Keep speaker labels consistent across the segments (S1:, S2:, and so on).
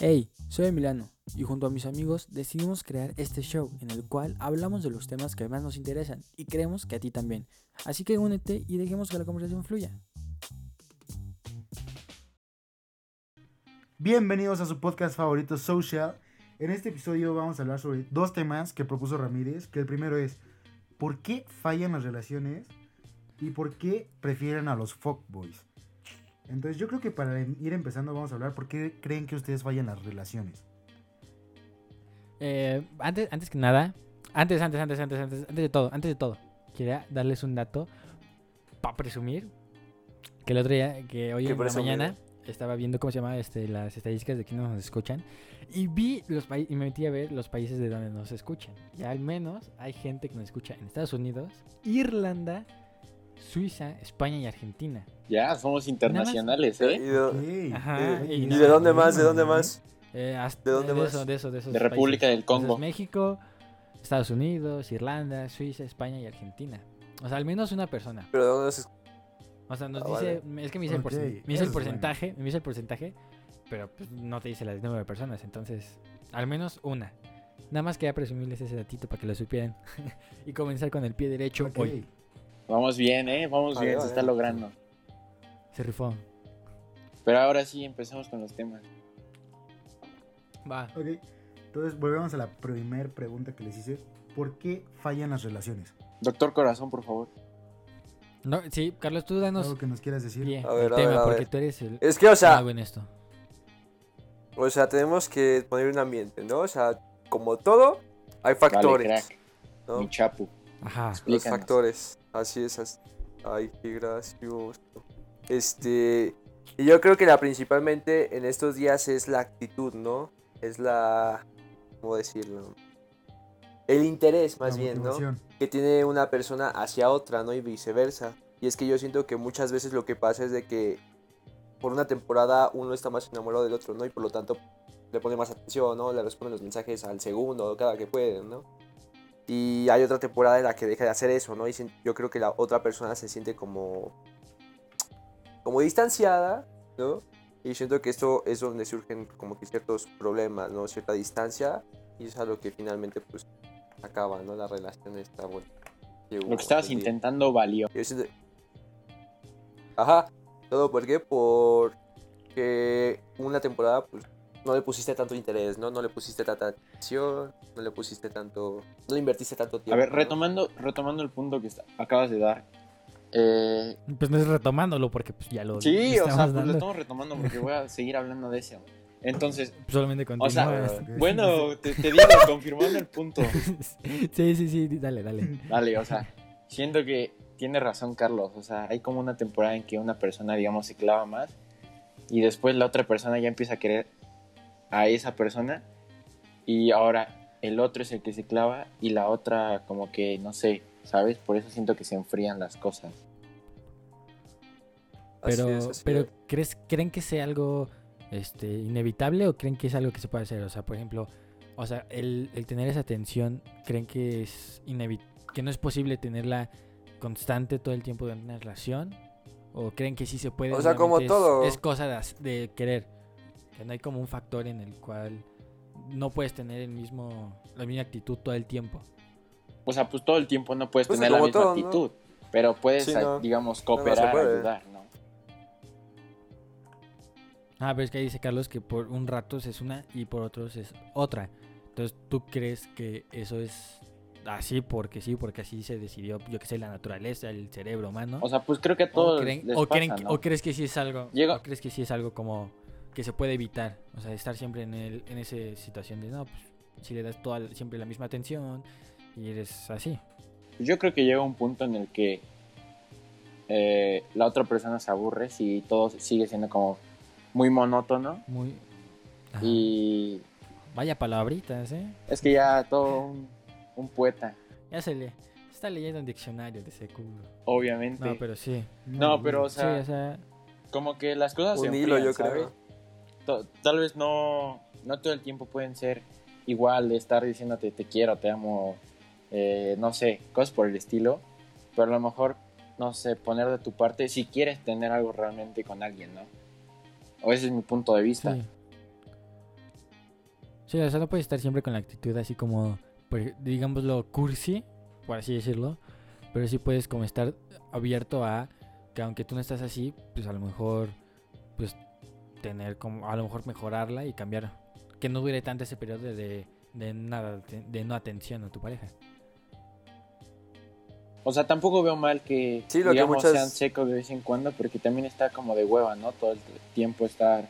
S1: Hey, soy Emiliano y junto a mis amigos decidimos crear este show en el cual hablamos de los temas que más nos interesan y creemos que a ti también. Así que únete y dejemos que la conversación fluya.
S2: Bienvenidos a su podcast favorito Social. En este episodio vamos a hablar sobre dos temas que propuso Ramírez, que el primero es ¿por qué fallan las relaciones y por qué prefieren a los fuckboys? Entonces yo creo que para ir empezando vamos a hablar por qué creen que ustedes fallan las relaciones.
S3: Eh, antes, antes que nada, antes, antes, antes, antes, antes, antes de todo, antes de todo, quería darles un dato para presumir que el otro día, que hoy
S4: ¿Qué
S3: en la
S4: presumido?
S3: mañana estaba viendo cómo se llama este, las estadísticas de quiénes nos escuchan y vi los países y me metí a ver los países de donde nos escuchan. Y al menos hay gente que nos escucha en Estados Unidos, Irlanda, Suiza, España y Argentina.
S5: Ya, somos internacionales,
S4: ¿Y
S5: ¿eh?
S4: de,
S2: Ok.
S3: Ajá,
S2: Eh,
S3: y
S4: y
S3: no,
S4: de dónde más? ¿De
S2: no,
S4: dónde
S2: no.
S4: más?
S3: Eh, hasta-
S4: ¿De dónde más?
S3: eso- de eso- de esos
S5: De República
S3: países.
S5: del Congo.
S3: Entonces, México, Estados Unidos, Irlanda, Suiza, España y Argentina. O sea, al menos una persona.
S4: ¿Pero de dónde se
S3: O sea, nos
S4: Ah,
S3: dice, es que me dice, el,
S2: Ok,
S3: porcen- me dice
S2: eso
S3: el
S2: es bueno.
S3: porcentaje, me dice el porcentaje, pero pues, no te dice el número de personas. Entonces, al menos una. Nada más quería presumirles ese datito para que lo supieran y comenzar con el pie derecho
S2: Ok.
S3: hoy.
S5: Vamos bien, ¿eh? Vamos
S4: Vale,
S5: bien,
S4: vale.
S5: se está logrando.
S3: Se rifó.
S5: Pero ahora sí, empecemos con los temas.
S3: Va.
S2: Ok. Entonces volvemos a la primera pregunta que les hice. ¿Por qué fallan las relaciones?
S5: Doctor Corazón, por favor.
S3: No, sí, Carlos, tú danos
S2: Algo que nos quieras decir.
S3: pie
S4: A ver,
S3: al
S4: a
S3: tema
S4: ver, a
S3: porque
S4: ver.
S3: tú eres el
S4: Es que, o
S2: Ah,
S4: sea,
S3: mago en esto.
S4: o sea, tenemos que poner un ambiente, ¿no? O sea, como todo, hay factores,
S5: Vale, crack.
S4: ¿no?
S5: Mi chapu.
S3: Ajá.
S4: Los
S5: Explícanos.
S4: factores. Así es. así- Ay, qué gracioso. Este. Y yo creo que la principalmente en estos días es la actitud, ¿no? Es la. ¿Cómo decirlo? El interés, más
S2: La
S4: bien, ¿no?
S2: motivación.
S4: que tiene una persona hacia otra, ¿no? Y viceversa. Y es que yo siento que muchas veces lo que pasa es de que por una temporada uno está más enamorado del otro, ¿no? Y por lo tanto le pone más atención, ¿no? Le responde los mensajes al segundo, cada que pueden, ¿no? Y hay otra temporada en la que deja de hacer eso, ¿no? Y sien- yo creo que la otra persona se siente como... como distanciada, ¿no? Y siento que esto es donde surgen como que ciertos problemas, ¿no? Cierta distancia y es a lo que finalmente pues acaba, ¿no? La relación está buena.
S5: Lo que estabas
S4: pues,
S5: intentando valió.
S4: Yo siento- Ajá. ¿Todo por qué? Porque una temporada pues, no le pusiste tanto interés, ¿no? No le pusiste tanta atención, no le pusiste tanto... No le invertiste tanto tiempo.
S5: A ver,
S4: ¿no?
S5: retomando, retomando el punto que está- acabas de dar. Eh,
S3: Pues no es retomándolo porque pues, ya lo
S5: sí, o sea,
S3: estamos
S5: pues lo
S3: dando.
S5: estamos retomando porque voy a seguir hablando de eso. Entonces,
S3: solamente continúa. este.
S5: o sea,
S2: Ok.
S5: bueno, te, te digo, confirmando el punto.
S3: sí, sí, sí, dale, dale.
S5: Dale, o sea, siento que tiene razón Carlos, o sea, hay como una temporada en que una persona, digamos, se clava más y después la otra persona ya empieza a querer a esa persona y ahora el otro es el que se clava y la otra como que, no sé, ¿sabes? Por eso siento que se enfrían las cosas.
S4: Así
S3: Pero,
S4: es, así
S3: pero
S4: es.
S3: ¿crees, ¿creen que sea algo este, inevitable o creen que es algo que se puede hacer? O sea, por ejemplo, o sea, el, el tener esa tensión, ¿creen que es inevi- que no es posible tenerla constante todo el tiempo de una relación? ¿O creen que sí se puede?
S4: O sea, como
S3: Obviamente es-
S4: todo.
S3: Es, cosa de, hac- de querer. Que no hay como un factor en el cual no puedes tener el mismo, la misma actitud todo el tiempo.
S5: O sea, pues todo el tiempo no puedes
S4: Pues
S5: tener la
S4: como
S5: misma
S4: todo, ¿no?
S5: actitud, pero puedes,
S4: Sí, no.
S5: digamos,
S4: no se
S5: cooperar,
S4: puede.
S5: ayudar, ¿no?
S3: Ah, pero es que ahí dice Carlos que por un ratos es una y por otros es otra. Entonces, ¿tú crees que eso es así porque sí, porque así se decidió, yo que sé, la naturaleza, el cerebro humano?
S5: O sea, pues creo que a todos
S3: creen-
S5: les
S3: o
S5: pasa,
S3: creen que-
S5: ¿no?
S3: o crees que sí es algo,
S5: Llega-
S3: o crees que sí es algo como que se puede evitar, o sea, estar siempre en el en esa situación de no, pues si le das toda siempre la misma atención y eres así.
S5: Yo creo que llega un punto en el que eh, la otra persona se aburre si todo sigue siendo como muy monótono
S3: Muy Ajá.
S5: y
S3: vaya palabritas, ¿eh?
S5: es que ya todo un, un poeta,
S3: Ya se le está leyendo un diccionario de ese culo.
S5: obviamente.
S3: No,
S5: pero,
S3: pero sí.
S5: No, pero, o sea,
S3: sí, o sea,
S5: como que las cosas se
S4: Un hilo,
S5: enfrían,
S4: yo
S5: ¿sabes?
S4: creo.
S5: To- Tal vez no, no todo el tiempo pueden ser igual de estar diciéndote te quiero, te amo, eh, no sé, cosas por el estilo, pero a lo mejor, no sé, poner de tu parte si quieres tener algo realmente con alguien, ¿no? O ese es mi punto de vista.
S3: Sí. Sí, o sea, no puedes estar siempre con la actitud así como, por- digámoslo, cursi, por así decirlo. Pero sí puedes como estar abierto a que aunque tú no estás así, pues a lo mejor, pues tener como, a lo mejor mejorarla y cambiar. Que no dure tanto ese periodo de, de nada, de no atención a tu pareja.
S5: O sea, tampoco veo mal que,
S4: Sí, lo que
S5: digamos,
S4: muchas-
S5: sean secos de vez en cuando, porque también está como de hueva, ¿no? Todo el tiempo estar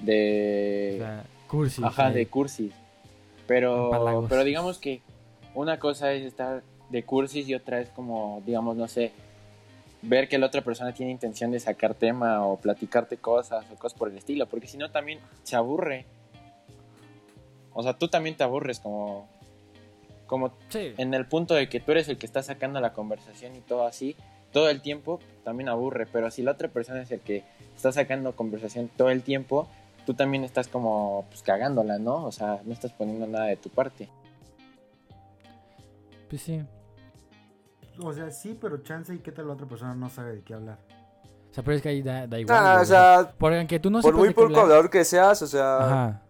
S5: de...
S3: O sea, cursi.
S5: Ajá,
S3: sí.
S5: de cursis.
S3: eh. Empalagos.
S5: Pero, pero digamos que una cosa es estar de cursis y otra es como, digamos, no sé, ver que la otra persona tiene intención de sacar tema o platicarte cosas o cosas por el estilo, porque si no también se aburre. O sea, tú también te aburres como, como
S3: Sí.
S5: en el punto de que tú eres el que está sacando la conversación y todo así, todo el tiempo también aburre, pero si la otra persona es el que está sacando conversación todo el tiempo, tú también estás como pues cagándola, ¿no? O sea, no estás poniendo nada de tu parte.
S3: Pues sí.
S2: O sea, sí, pero chance y qué tal la otra persona no sabe de qué hablar.
S3: O sea, pero es que ahí da, da igual.
S4: Nah,
S3: güey.
S4: Ah, o sea,
S3: Porque aunque tú no
S4: por
S3: sepas
S4: muy
S3: de qué
S4: poco
S3: hablar-
S4: hablador que seas, o sea,
S3: Ajá.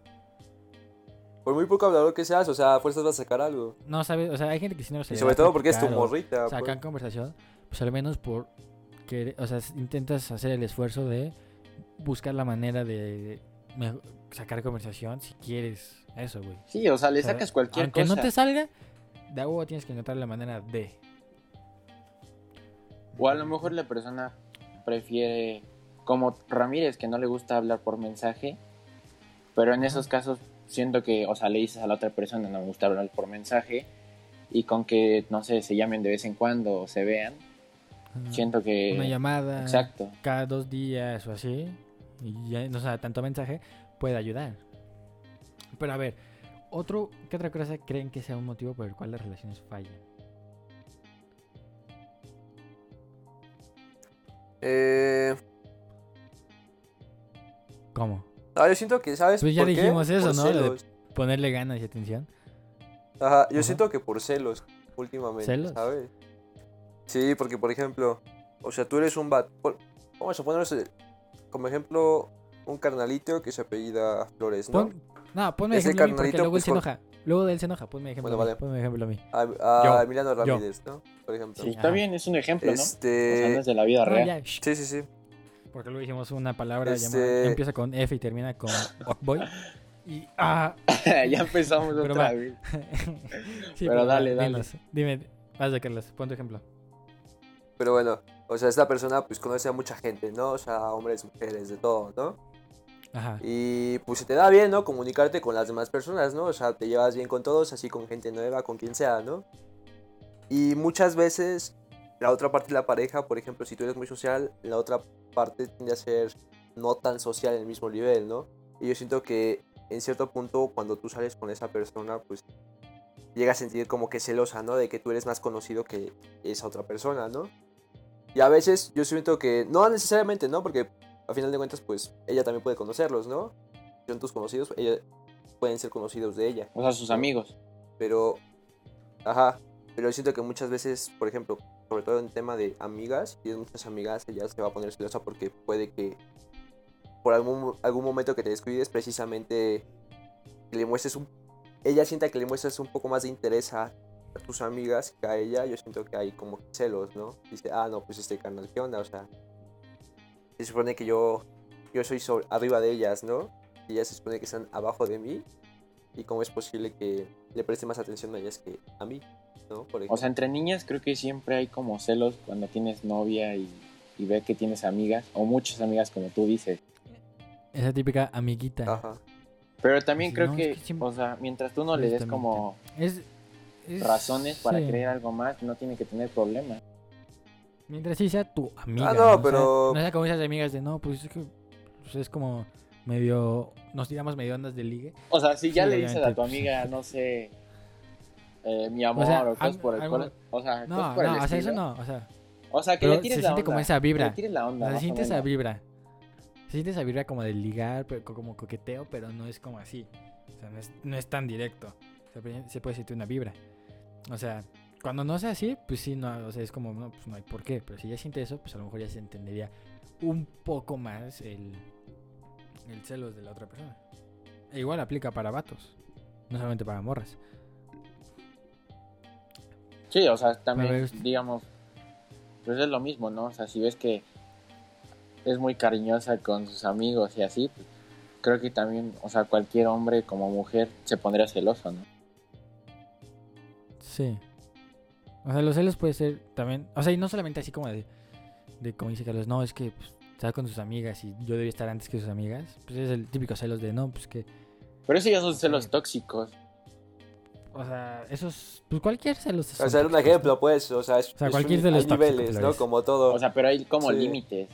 S4: por muy poco hablador que seas, o sea, a fuerzas vas a sacar algo.
S3: No sabes, o sea, hay gente que sí no lo
S4: Y
S3: sabe.
S4: sobre todo porque es tu
S3: platicar o
S4: morrita. pues.
S3: Sacan conversación, pues al menos por que, o sea, intentas hacer el esfuerzo de buscar la manera de me- sacar conversación si quieres eso, güey.
S5: Sí, o sea, le
S3: O sea,
S5: sacas cualquier
S3: aunque
S5: cosa.
S3: no te salga, de agua tienes que encontrar la manera de.
S5: O a lo mejor la persona prefiere, como Ramírez, que no le gusta hablar por mensaje, pero en esos casos siento que, o sea, le dices a la otra persona, no me gusta hablar por mensaje, y con que, no sé, se llamen de vez en cuando o se vean,
S3: Ajá.
S5: siento que...
S3: Una llamada
S5: Exacto.
S3: cada dos días o así, y ya, no sea, tanto mensaje, puede ayudar. Pero a ver, otro, ¿qué otra cosa creen que sea un motivo por el cual las relaciones fallan?
S4: Eh,
S3: ¿Cómo?
S4: ah, yo siento que, ¿sabes?
S3: Pues ya
S4: por qué?
S3: dijimos eso,
S4: Por
S3: ¿no? Lo de-
S4: celos.
S3: Ponerle ganas y atención.
S4: Ajá, yo
S3: Ajá.
S4: siento que por celos, últimamente.
S3: ¿Celos?
S4: ¿Sabes? Sí, porque por ejemplo, o sea, tú eres un bat. por- Vamos a ponernos eh, como ejemplo un carnalito que se apellida Flores, ¿no?
S3: Pon- no, ponme
S4: Ese
S3: ejemplo a mí porque
S4: carnalito,
S3: luego él
S4: pues,
S3: se
S4: con-
S3: enoja. Luego de él se enoja, ponme ejemplo,
S4: Bueno,
S3: a, mí,
S4: vale.
S3: ponme ejemplo a mí.
S4: A, a
S3: Yo,
S4: Emiliano Ramírez, ¿no? Por ejemplo.
S5: Sí,
S3: Ajá.
S5: está bien, es un ejemplo, ¿no? O sea, no
S4: Este.
S5: es de la vida
S3: No,
S5: real.
S3: ya, shh,
S4: Sí, sí, sí.
S3: porque luego dijimos una palabra
S4: Este-
S3: llamada, empieza con F y termina con Boy. Y ah,
S5: Ya, empezamos
S3: Pero
S5: otra
S3: va.
S5: vez.
S3: sí,
S5: Pero dale, dale.
S3: dinos, dime, vas de Carlos, pon tu ejemplo.
S4: Pero bueno, o sea, esta persona pues conoce a mucha gente, ¿no? O sea, hombres, mujeres, de todo, ¿no?
S3: Ajá.
S4: Y pues se te da bien, ¿no? Comunicarte con las demás personas, ¿no? O sea, te llevas bien con todos, así con gente nueva, con quien sea, ¿no? Y muchas veces la otra parte de la pareja, por ejemplo, si tú eres muy social, la otra parte tiende a ser no tan social en el mismo nivel, ¿no? Y yo siento que en cierto punto cuando tú sales con esa persona, pues llega a sentir como que celosa, ¿no? De que tú eres más conocido que esa otra persona, ¿no? Y a veces yo siento que, no necesariamente, ¿no? Porque a final de cuentas, pues ella también puede conocerlos, ¿no? Son tus conocidos, ella, pueden ser conocidos de ella.
S5: O sea, sus amigos.
S4: Pero, ajá, pero siento que muchas veces, por ejemplo, sobre todo en tema de amigas, si tienes muchas amigas, ella se va a poner celosa porque puede que por algún, algún momento que te descuides, precisamente que le muestres un. Ella sienta que le muestras un poco más de interés a, a tus amigas que a ella. Yo siento que hay como celos, ¿no? Dice, ah, no, pues este canal, ¿qué onda? O sea, se supone que yo, yo soy sobre- arriba de ellas, ¿no? Y ellas se supone que están abajo de mí. ¿Y cómo es posible que le preste más atención a ellas que a mí? ¿No? Por ejemplo.
S5: O sea, entre niñas creo que siempre hay como celos cuando tienes novia y, y ve que tienes amigas, o muchas amigas como tú dices.
S3: Esa típica amiguita.
S4: Ajá.
S5: Pero también
S3: Sí,
S5: creo
S3: no,
S5: que,
S3: es que siempre-
S5: o sea, mientras tú no le des
S3: Honestamente.
S5: como
S3: Es, es-
S5: razones para
S3: sí.
S5: creer algo más, no tiene que tener problemas.
S3: Mientras sí sea tu amiga.
S4: Ah, no,
S3: O sea,
S4: pero-
S3: no sea como esas amigas de no, pues es que pues, es como medio. Nos tiramos medio ondas de ligue.
S5: O sea, si ya
S3: Sí,
S5: le dices a
S3: obviamente,
S5: tu
S3: pues.
S5: amiga, no sé, eh, mi amor
S3: O sea,
S5: o cosas
S3: algo-
S5: por el
S3: algo-
S5: cual- o sea, cosas
S3: No,
S5: por el
S3: no, o sea, eso
S5: estilo.
S3: no. O sea,
S5: O sea, que
S3: pero
S5: le tires
S3: se
S5: la
S3: siente
S5: onda.
S3: como esa vibra.
S5: Le tires la onda.
S3: o sea,
S5: más o
S3: siente esa
S5: menos.
S3: vibra. Se siente esa vibra como de ligar, pero co- como coqueteo, pero no es como así. O sea, no es, no es tan directo. O sea, pero se puede sentir una vibra. O sea, cuando no sea así, pues sí, no, o sea, es como, no, pues no hay por qué. Pero si ya siente eso, pues a lo mejor ya se entendería un poco más el, el celos de la otra persona. E igual aplica para vatos. No solamente para morras.
S5: Sí, o sea,
S3: A
S5: también,
S3: ver, usted-
S5: digamos, pues es lo mismo, ¿no? O sea, si ves que es muy cariñosa con sus amigos y así, pues, creo que también, o sea, cualquier hombre como mujer se pondría celoso, ¿no?
S3: Sí. O sea, los celos puede ser también. O sea, y no solamente así como de. De como dice Carlos, no, es que pues, está con sus amigas y yo debía estar antes que sus amigas. Pues es el típico celos de no, pues que.
S5: Pero eso ya son celos tóxicos.
S3: O sea, esos. Pues cualquier celos.
S4: O sea, era un ejemplo, pues. O sea, es,
S3: O sea,
S4: es
S3: cualquier
S4: un-
S3: de los
S4: hay
S3: tóxicos,
S4: niveles,
S3: la
S4: ¿no?
S3: ves.
S4: Como todo.
S5: O sea, pero hay como
S4: Oh, Sí.
S5: límites.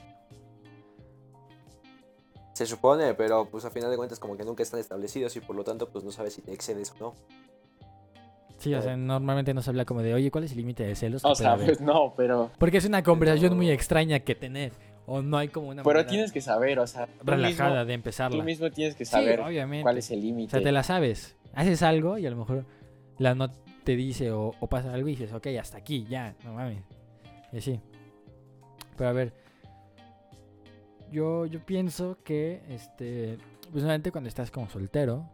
S4: se supone, pero pues a final de cuentas como que nunca están establecidos y por lo tanto pues no sabes si te excedes o no.
S3: Sí, o sea, normalmente no se habla como de, oye, ¿cuál es el límite de celos? que
S5: O
S3: puede
S5: sea,
S3: haber?"
S5: pues no, pero,
S3: Porque es una conversación
S4: Pero-
S3: muy extraña que tener. O no hay como una.
S5: pero
S3: manera
S5: tienes que saber, o sea, tú
S3: Relajada
S5: mismo,
S3: de empezarla.
S5: tú mismo tienes que
S3: Sí,
S5: saber
S3: obviamente.
S5: cuál es el
S3: O sea, te
S5: límite.
S3: la sabes. Haces algo y a lo mejor la no te dice o, o pasa algo y dices, ok, hasta aquí, ya, no mames. Y así. Pero a ver. Yo, yo pienso que, este, pues obviamente cuando estás como soltero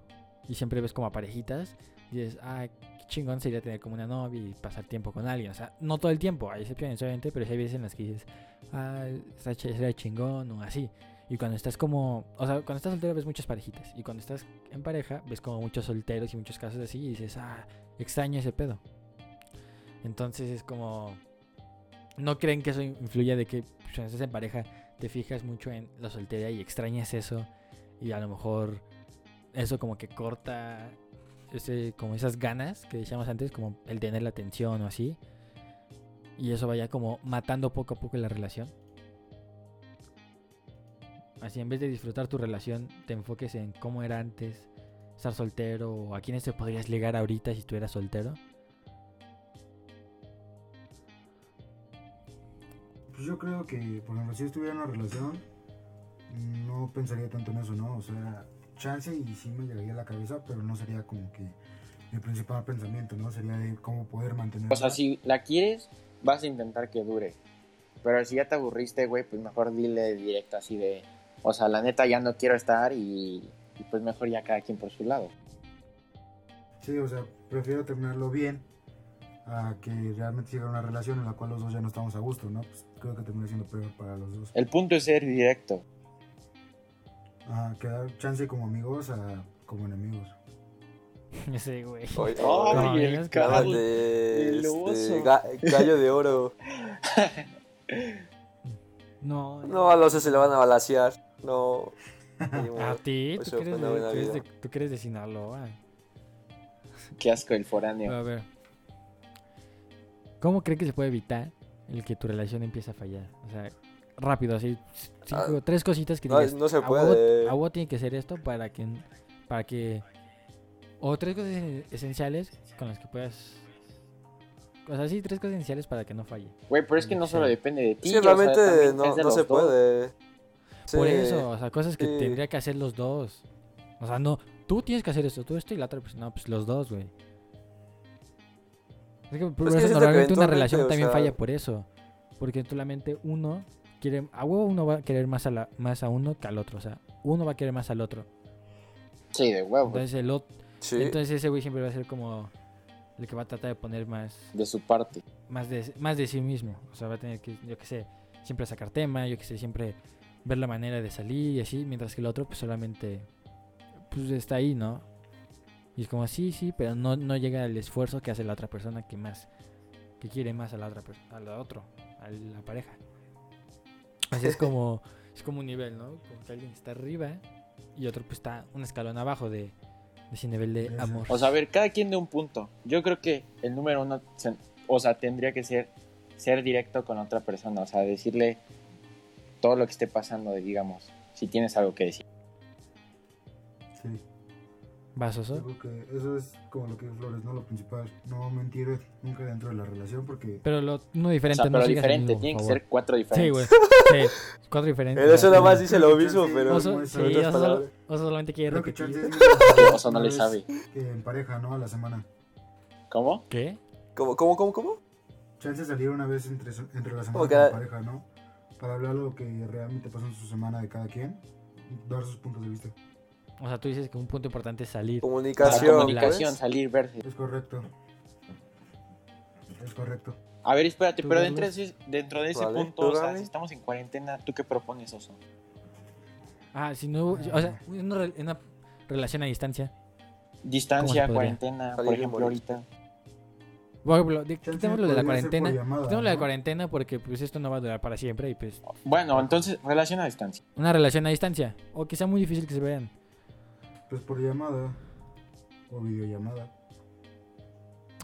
S3: y siempre ves como a parejitas, dices, ah, qué chingón sería tener como una novia y pasar tiempo con alguien. O sea, no todo el tiempo, hay excepciones obviamente, pero sí hay veces en las que dices, ah, está ch- sería chingón o así. Y cuando estás como, o sea, cuando estás soltero ves muchas parejitas. Y cuando estás en pareja ves como muchos solteros y muchos casos así y dices, ah, extraño ese pedo. Entonces es como, no creen que eso influya de que pues, cuando estás en pareja te fijas mucho en la soltería y extrañas eso. Y a lo mejor eso como que corta ese, como esas ganas que decíamos antes, como el tener la atención o así. Y eso vaya como matando poco a poco la relación. Así en vez de disfrutar tu relación, te enfoques en cómo era antes, estar soltero, o a quiénes te podrías ligar ahorita si estuvieras soltero.
S2: Pues yo creo que, por ejemplo, si estuviera en una relación, no pensaría tanto en eso, ¿no? O sea, chance y sí me llegaría a la cabeza, pero no sería como que el principal pensamiento, ¿no? Sería de cómo poder mantener.
S5: O sea, si la quieres, vas a intentar que dure. Pero si ya te aburriste, güey, pues mejor dile directo así de, o sea, la neta ya no quiero estar y, y pues mejor ya cada quien por su lado.
S2: Sí, o sea, prefiero terminarlo bien a que realmente siga una relación en la cual los dos ya no estamos a gusto, ¿no? Pues creo que termina siendo peor para los dos.
S5: El punto es ser directo.
S2: A quedar chance como amigos a como enemigos.
S3: Ese güey.
S4: Oye,
S5: Ay,
S3: no,
S5: el
S3: es que-
S4: nada
S5: Carlos.
S4: más de,
S5: el oso.
S4: este, ga- gallo de oro.
S3: No.
S4: No, al oso se le van a balasear. No. Ni modo.
S3: A ti,
S4: Pues
S3: tú
S4: eso
S3: que eres
S4: fue una
S3: de-
S4: buena
S3: tú eres
S4: vida.
S3: de, tú que eres de Sinaloa.
S5: Qué asco el
S4: Ah,
S5: foráneo.
S3: A ver. ¿Cómo cree que se puede evitar el que tu relación empiece a fallar? O sea, rápido, así. Cinco, tres cositas que
S4: Ah. no,
S3: digas.
S4: no se
S3: "A huevo-
S4: puede".
S3: A huevo tiene que ser esto para que. Para que o tres cosas esen- esenciales con las que puedas. O sea, sí, tres cosas esenciales para que no falle.
S5: Güey, pero es que no solo
S3: Sí.
S5: depende de ti.
S4: Sí,
S5: o sea,
S4: realmente
S5: también
S4: no,
S5: es de
S4: no
S5: los
S4: se
S5: dos.
S4: puede. Sí.
S3: Por eso, o sea, cosas que
S4: sí.
S3: tendría que hacer los dos. O sea, no, tú tienes que hacer esto, tú esto y la otra persona. No, pues los dos, güey. Es que por
S4: Pues que
S3: eso
S4: siento que
S3: normalmente una
S4: eventualmente,
S3: relación
S4: o
S3: también
S4: sea-
S3: falla por eso. Porque solamente uno quiere. A huevo uno va a querer más a, la, más a uno que al otro. O sea, uno va a querer más al otro.
S5: Sí, de
S4: Ah,
S5: huevo.
S3: Entonces, el ot-
S4: Sí.
S3: entonces ese güey siempre va a ser como el que va a tratar de poner más
S5: De su parte.
S3: más de, más de sí mismo. O sea, va a tener que, yo que sé, siempre sacar tema, yo que sé, siempre ver la manera de salir y así, mientras que el otro pues solamente pues está ahí, ¿no? Y es como, sí, sí, pero no, no llega el esfuerzo que hace la otra persona que más, que quiere más a la otra persona, al otro, a la pareja. Así es como, es como un nivel, ¿no? Como que alguien está arriba y otro pues está un escalón abajo de, de ese nivel de
S2: Esa.
S3: amor.
S5: O sea, a ver, cada quien de un punto. Yo creo que el número uno, se- o sea, tendría que ser ser directo con otra persona. O sea, decirle todo lo que esté pasando, digamos. Si tienes algo que decir.
S2: Sí.
S3: ¿Vas, Oso?
S2: Yo creo que eso es como lo que dijo Flores, ¿no? Lo principal. No mentir nunca dentro de la relación porque
S3: Pero lo, uno
S5: O
S3: diferente,
S5: sea,
S3: no
S5: pero
S3: sigas el
S5: diferente,
S3: mismo, por
S5: tienen que
S3: favor.
S5: ser cuatro
S3: Sí,
S5: diferentes.
S3: güey. Sí, cuatro diferentes.
S4: El
S3: o
S4: oso
S3: sea,
S4: nada más
S3: sí.
S4: dice lo mismo,
S2: Creo que
S4: pero.
S2: chance-
S3: Oso,
S2: en
S3: sí,
S4: otras
S3: oso,
S4: palabras.
S3: solo- oso solamente quiere
S2: creo que
S3: repetir.
S2: chance es
S5: Oso no le sabe.
S2: que en pareja, ¿no? A la semana.
S5: ¿Cómo?
S3: ¿Qué?
S4: ¿Cómo, cómo, cómo, cómo?
S2: Chance salir una vez entre, entre la semana
S4: Como
S2: con
S4: que-
S2: la pareja, ¿no? Para hablar lo que realmente pasó en su semana de cada quien, dar sus puntos de vista.
S3: O sea, tú dices que un punto importante es salir.
S2: Oh.
S5: La
S4: Comunicación.
S5: Ah, comunicación,
S4: pues.
S5: salir, verse.
S2: Es correcto. Es correcto.
S5: A ver, espérate,
S3: Tú,
S5: pero
S3: Carlos.
S5: dentro de, ese- dentro de ese
S4: Vale,
S5: punto,
S4: tú,
S5: o sea,
S4: Gaby.
S5: si estamos en cuarentena, ¿tú qué propones, Oso?
S3: Ah, si no, o sea, una, re- una relación a distancia.
S5: Distancia,
S3: podría?
S5: cuarentena, por
S4: Salir y
S5: ejemplo,
S4: morir.
S5: ahorita.
S3: Por ejemplo, de-
S2: Chance
S3: quitemos lo de la
S2: podría ser por
S3: cuarentena.
S2: llamada,
S3: Quitemos lo de la
S2: ¿no?
S3: cuarentena porque pues esto no va a durar para siempre y pues
S5: Bueno, entonces, relación a distancia.
S3: una relación a distancia o quizá muy difícil que se vean.
S2: Pues por llamada. O videollamada.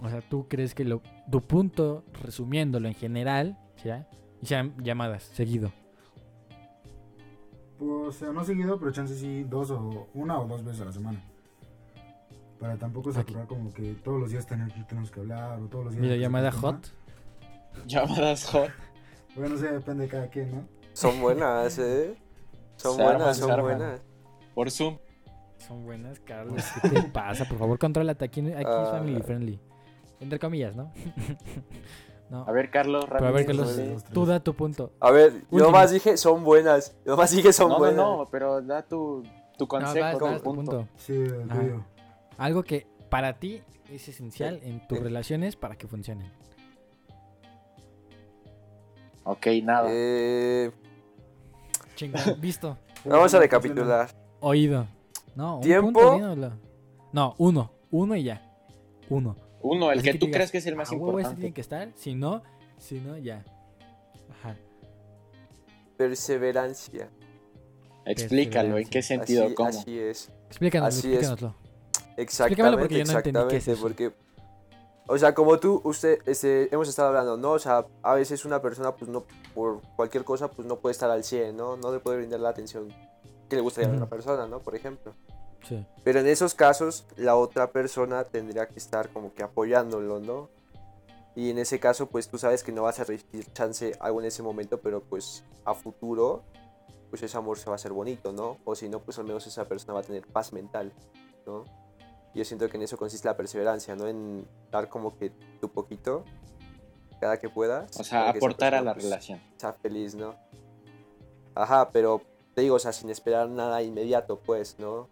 S3: O sea, tú crees que lo, tu punto, resumiéndolo en general, ¿ya? sean llamadas seguido.
S2: Pues, o sea, no seguido, pero chance sí dos o una o dos veces a la semana. Para tampoco saturar como que todos los días tener, tenemos que hablar o todos los días.
S3: Videollamada hot.
S5: Llamadas hot.
S2: Bueno, o sea, depende de cada quien, ¿no?
S4: Son buenas, ¿eh? Son
S5: Se arman,
S4: buenas,
S5: se
S4: son
S5: arman.
S4: buenas.
S5: Por Zoom.
S3: Son buenas, Carlos. Pues, ¿Qué te pasa? Por favor, contrólate. Aquí, aquí es
S4: Ah.
S3: family friendly. Entre comillas, ¿no? no.
S5: A ver, Carlos,
S3: Pero a ver,
S5: rápido,
S3: Carlos,
S5: dale.
S2: los tres.
S3: tú da tu punto.
S4: A ver, yo
S3: Último.
S4: nomás dije son buenas. Yo nomás dije son
S5: No, no,
S4: buenas.
S5: no, pero da tu, tu consejo,
S3: no,
S5: tu
S3: vas, vas, tu
S5: punto.
S3: punto.
S2: Sí, el
S3: Ajá.
S2: tuyo.
S3: Algo que para ti es esencial en tus
S4: Sí.
S3: relaciones para que funcionen.
S5: Ok, nada.
S4: Eh,
S3: Chingón, visto,
S4: vamos a recapitular.
S3: oído. No, un
S4: ¿Tiempo?
S3: punto, dínoslo. No, uno. Uno y ya. Uno.
S5: Uno, el
S3: Así
S5: que,
S3: que
S5: tú
S3: digas,
S5: crees que es el más
S3: A huevo, este tiene
S5: importante.
S3: que estar. Si no, si no, ya. Ajá.
S4: Perseverancia.
S5: Explícalo, ¿en qué sentido?
S4: así,
S5: ¿Cómo?
S4: así es.
S3: Explícanos,
S4: Así es.
S3: explícanoslo.
S4: Exactamente,
S3: porque yo no entendí qué
S4: exactamente,
S3: es eso.
S4: porque o sea, como tú usted este, hemos estado hablando, ¿no? O sea, a veces una persona pues no por cualquier cosa pues no puede estar al 100, ¿no? No le puede brindar la atención que le gustaría a
S3: Ujú.
S4: una persona, ¿no? Por ejemplo.
S3: Sí.
S4: Pero en esos casos la otra persona tendría que estar como que apoyándolo, ¿no? Y en ese caso pues tú sabes que no vas a recibir chance algo en ese momento, pero pues a futuro pues ese amor se va a hacer bonito, ¿no? O si no, pues al menos esa persona va a tener paz mental, ¿no? Yo siento que en eso consiste la perseverancia, ¿no? En dar como que tu poquito cada que puedas.
S5: O sea,
S4: para que esa
S5: aportar a
S4: persona,
S5: la
S4: pues,
S5: relación.
S4: sea feliz, ¿no? Ajá, pero te digo, o sea, sin esperar nada inmediato, pues, ¿no?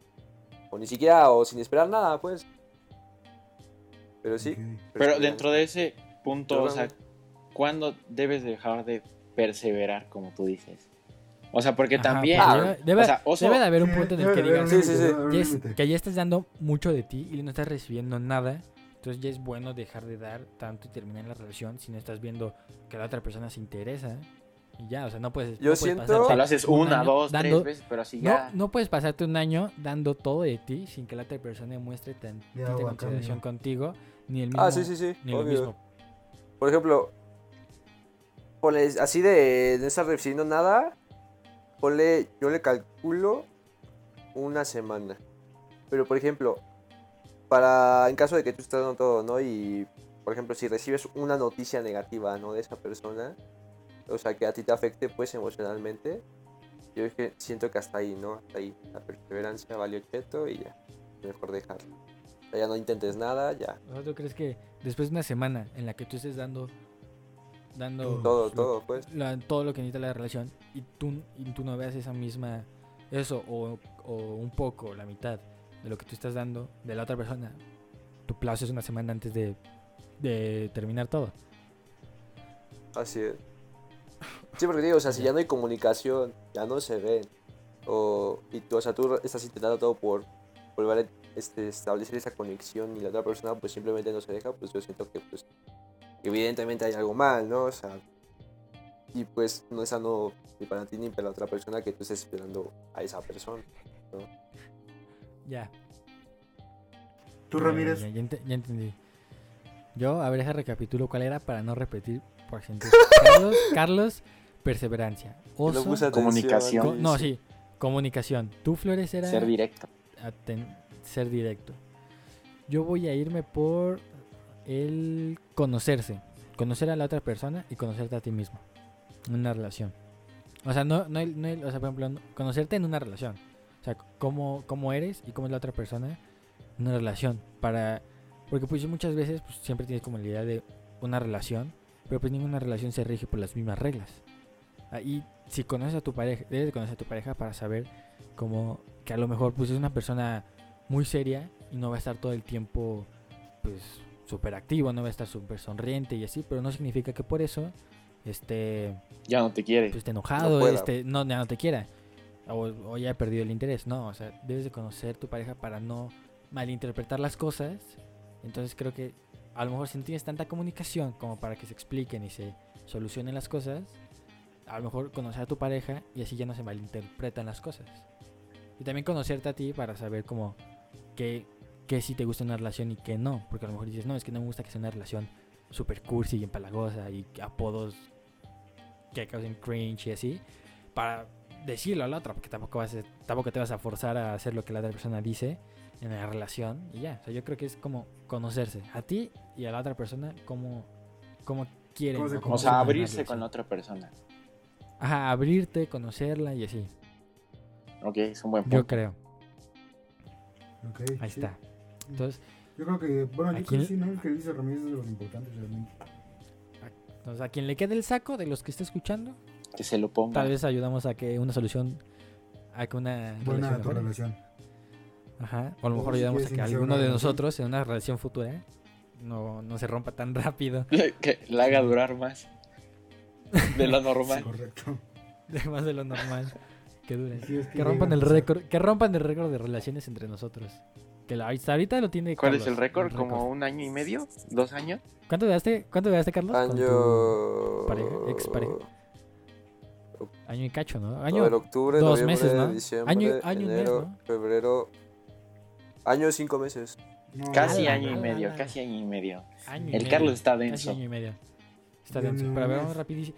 S4: O ni siquiera, o sin esperar nada, pues. Pero pues sí.
S2: Ok.
S5: Pero
S4: perseverancia.
S5: dentro de ese punto, o sea,
S4: Perdón.
S5: ¿cuándo debes dejar de perseverar, como tú dices? O sea, porque
S3: Ajá, pues,
S5: también.
S3: pero
S4: Ah,
S3: debe, debe-
S5: o sea, oso-
S3: debe de haber un
S2: Sí,
S3: punto en el
S2: debe
S3: que
S2: de haber un
S3: digas "Mm,
S4: Sí, sí,
S2: límite, debe de
S4: sí.
S2: haber un
S3: ya es-
S2: límite.
S3: que ya estás dando mucho de ti y no estás recibiendo nada. Entonces ya es bueno dejar de dar tanto y terminar la relación si no estás viendo que la otra persona se interesa. Y ya, o sea, no puedes.
S4: Yo
S3: no puedes
S4: siento-
S3: pasarte
S5: o sea, lo haces
S3: un
S5: una,
S3: año
S5: dos,
S3: dando-
S5: tres veces, pero si ya.
S3: No, no puedes pasarte un año dando todo de ti sin que la otra persona demuestre tanta
S2: va,
S3: consideración
S2: cambio.
S3: contigo, ni el mismo.
S4: Ah, sí, sí, sí.
S3: Ni lo
S4: obvio.
S3: mismo.
S4: Por ejemplo, ponle, así de no estar recibiendo nada, ponle, yo le calculo una semana. Pero por ejemplo, para en caso de que tú estés dando todo, ¿no? Y por ejemplo, si recibes una noticia negativa, ¿no? De esa persona, o sea, que a ti te afecte, pues emocionalmente, yo es que siento que hasta ahí, ¿no? Hasta ahí, la perseverancia valió cheto y ya, mejor dejarlo. O sea, ya no intentes nada, ya.
S3: O sea, ¿tú crees que después de una semana en la que tú estés dando. dando
S4: Todo,
S3: lo-
S4: todo, pues.
S3: la- todo lo que necesita la relación y tú, y tú no veas esa misma. Eso, o, o un poco, la mitad de lo que tú estás dando de la otra persona, tu plazo es una semana antes de, de terminar todo.
S4: Así es. Sí, porque digo, o sea, si ya no hay comunicación, ya no se ven. O, y tú, o sea, tú estás intentando todo por volver a este, establecer esa conexión y la otra persona pues simplemente no se deja, pues yo siento que pues evidentemente hay algo mal, ¿no? O sea, y pues no es sano ni para ti ni para la otra persona que tú estés esperando a esa persona.
S3: Ya.
S2: Tú,
S3: ya,
S2: Ramírez.
S3: Ya, ya ent- ya entendí. Yo, a ver, deja recapitulo cuál era para no repetir por gente. Carlos, Carlos, perseverancia. Oso,
S4: No puse atención,
S5: comunicación.
S3: co-
S5: atención.
S3: no, sí, comunicación. Tú, Flores, era
S5: Ser directo.
S3: aten- ser directo. Yo voy a irme por el conocerse. Conocer a la otra persona y conocerte a ti mismo. En una relación. O sea, no, no, el- no el- o sea, por ejemplo, no- conocerte en una relación. O sea, cómo, cómo eres y cómo es la otra persona en una relación. Para, porque pues muchas veces pues, siempre tienes como la idea de una relación, pero pues ninguna relación se rige por las mismas reglas. Ah, Y si conoces a tu pareja, debes de conocer a tu pareja para saber cómo, que a lo mejor pues es una persona muy seria y no va a estar todo el tiempo pues súper activo, no va a estar súper sonriente y así, pero no significa que por eso este, esté,
S5: Ya no te quiere.
S3: pues, esté enojado,
S4: pueda.
S3: esté, no, ya no te quiera o, o ya ha perdido el interés, no, o sea, debes de conocer tu pareja para no malinterpretar las cosas, entonces creo que a lo mejor si no tienes tanta comunicación como para que se expliquen y se solucionen las cosas, a lo mejor conocer a tu pareja y así ya no se malinterpretan las cosas. Y también conocerte a ti para saber como qué, qué sí te gusta una relación y qué no. Porque a lo mejor dices, no, es que no me gusta que sea una relación super cursi y empalagosa y apodos que causen cringe y así. Para decirlo a la otra, porque tampoco, vas a- tampoco te vas a forzar a hacer lo que la otra persona dice en la relación. Y ya, o sea, yo creo que es como conocerse a ti y a la otra persona como, como quieren.
S2: Cómo se
S3: o cómo
S5: O
S3: son
S5: sea,
S3: en una
S5: abrirse con
S3: relación.
S5: la otra persona.
S3: Ajá, abrirte, conocerla y así.
S5: Ok, es un buen punto.
S3: Yo creo.
S2: Ok,
S3: Ahí
S2: sí.
S3: está. Entonces,
S2: Yo creo que, bueno, yo
S3: Aquí-
S2: creo que sí, ¿no? El que dice Ramírez es de los importantes realmente.
S3: entonces, a quien le quede el saco de los que esté escuchando,
S5: Que se lo ponga.
S3: tal vez ayudamos a que una solución, a que una
S2: Buena
S3: relación
S2: tu
S3: mejore.
S2: relación.
S3: Ajá. O a lo
S2: O
S3: mejor
S2: si
S3: ayudamos a
S2: quieres
S3: que
S2: iniciar
S3: alguno
S2: una
S3: de
S2: relación.
S3: nosotros en una relación futura ¿eh? no, no se rompa tan rápido,
S5: que la haga durar más. De lo
S2: Sí,
S5: normal.
S2: correcto.
S3: más de lo normal. Que dure.
S2: Sí, es que
S3: que rompan
S2: llega,
S3: el
S2: o sea.
S3: récord, que rompan el récord de relaciones entre nosotros. Que la- hasta ahorita lo tiene
S5: ¿Cuál es
S3: Carlos,
S5: el récord? ¿Como un año y medio? ¿Dos años?
S3: ¿Cuánto duraste, cuánto duraste, Carlos? con tu
S4: Año.
S3: pareja, expareja. Año y cacho, ¿no? Año,
S4: A ver, octubre,
S3: dos
S4: noviembre,
S3: meses, ¿no?
S4: diciembre,
S3: Año- año y mes,
S4: enero,
S3: ¿no?
S4: febrero. Año cinco meses.
S2: No,
S5: Casi
S2: no,
S5: año y
S2: no,
S5: medio,
S3: ala.
S5: casi año y medio.
S3: año y
S5: El
S3: medio.
S5: Carlos está
S3: Casi
S5: denso.
S3: año y medio. Está
S2: Ya
S3: denso.
S2: no
S3: Pero a ver,
S2: es.
S3: vamos rapidísimo.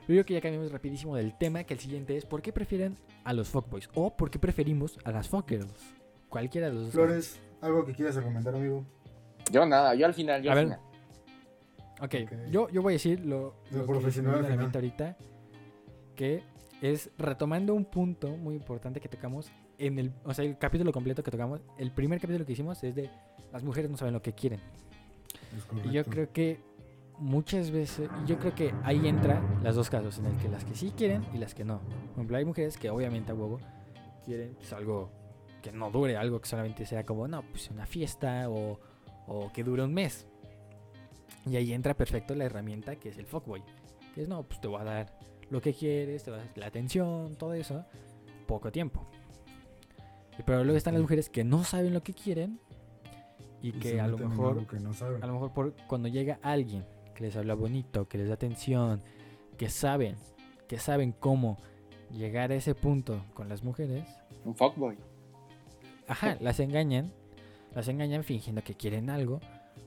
S3: Yo creo que ya cambiamos rapidísimo del tema, que el siguiente es ¿por qué prefieren a los fuckboys? ¿O por qué preferimos a las fuckgirls? Cualquiera de los dos.
S2: Flores, algo que quieras recomendar, amigo.
S5: Yo nada, yo al final, yo
S3: A
S5: al
S3: ver.
S5: final.
S3: Ok,
S2: Ok.
S3: Yo, yo voy a decir lo, lo
S2: Lo
S3: que se me
S2: profesional
S3: viene a la
S2: al
S3: mente ahorita, que es retomando un punto muy importante que tocamos en el, o sea, el capítulo completo que tocamos, el primer capítulo que hicimos es de las mujeres no saben lo que quieren.
S2: Es
S3: Y yo
S2: correcto.
S3: creo que muchas veces, y yo creo que ahí entra las dos casos, en el que las que sí quieren y las que no. Por ejemplo, hay mujeres que obviamente a huevo quieren pues, algo que no dure, algo que solamente sea como, no, pues una fiesta o, o que dure un mes. Y ahí entra perfecto la herramienta que es el fuckboy. Que es, no, pues te voy a dar lo que quieres, te voy a dar la atención, todo eso, poco tiempo. Y Pero luego están las mujeres que no saben lo que quieren y
S2: Y
S3: que
S2: se
S3: a lo
S2: meten en
S3: mejor
S2: algo que no saben.
S3: a lo mejor por cuando llega alguien que les habla bonito, que les da atención, que saben, que saben cómo llegar a ese punto con las mujeres,
S5: Un fuckboy.
S3: ajá, las engañan, las engañan fingiendo que quieren algo,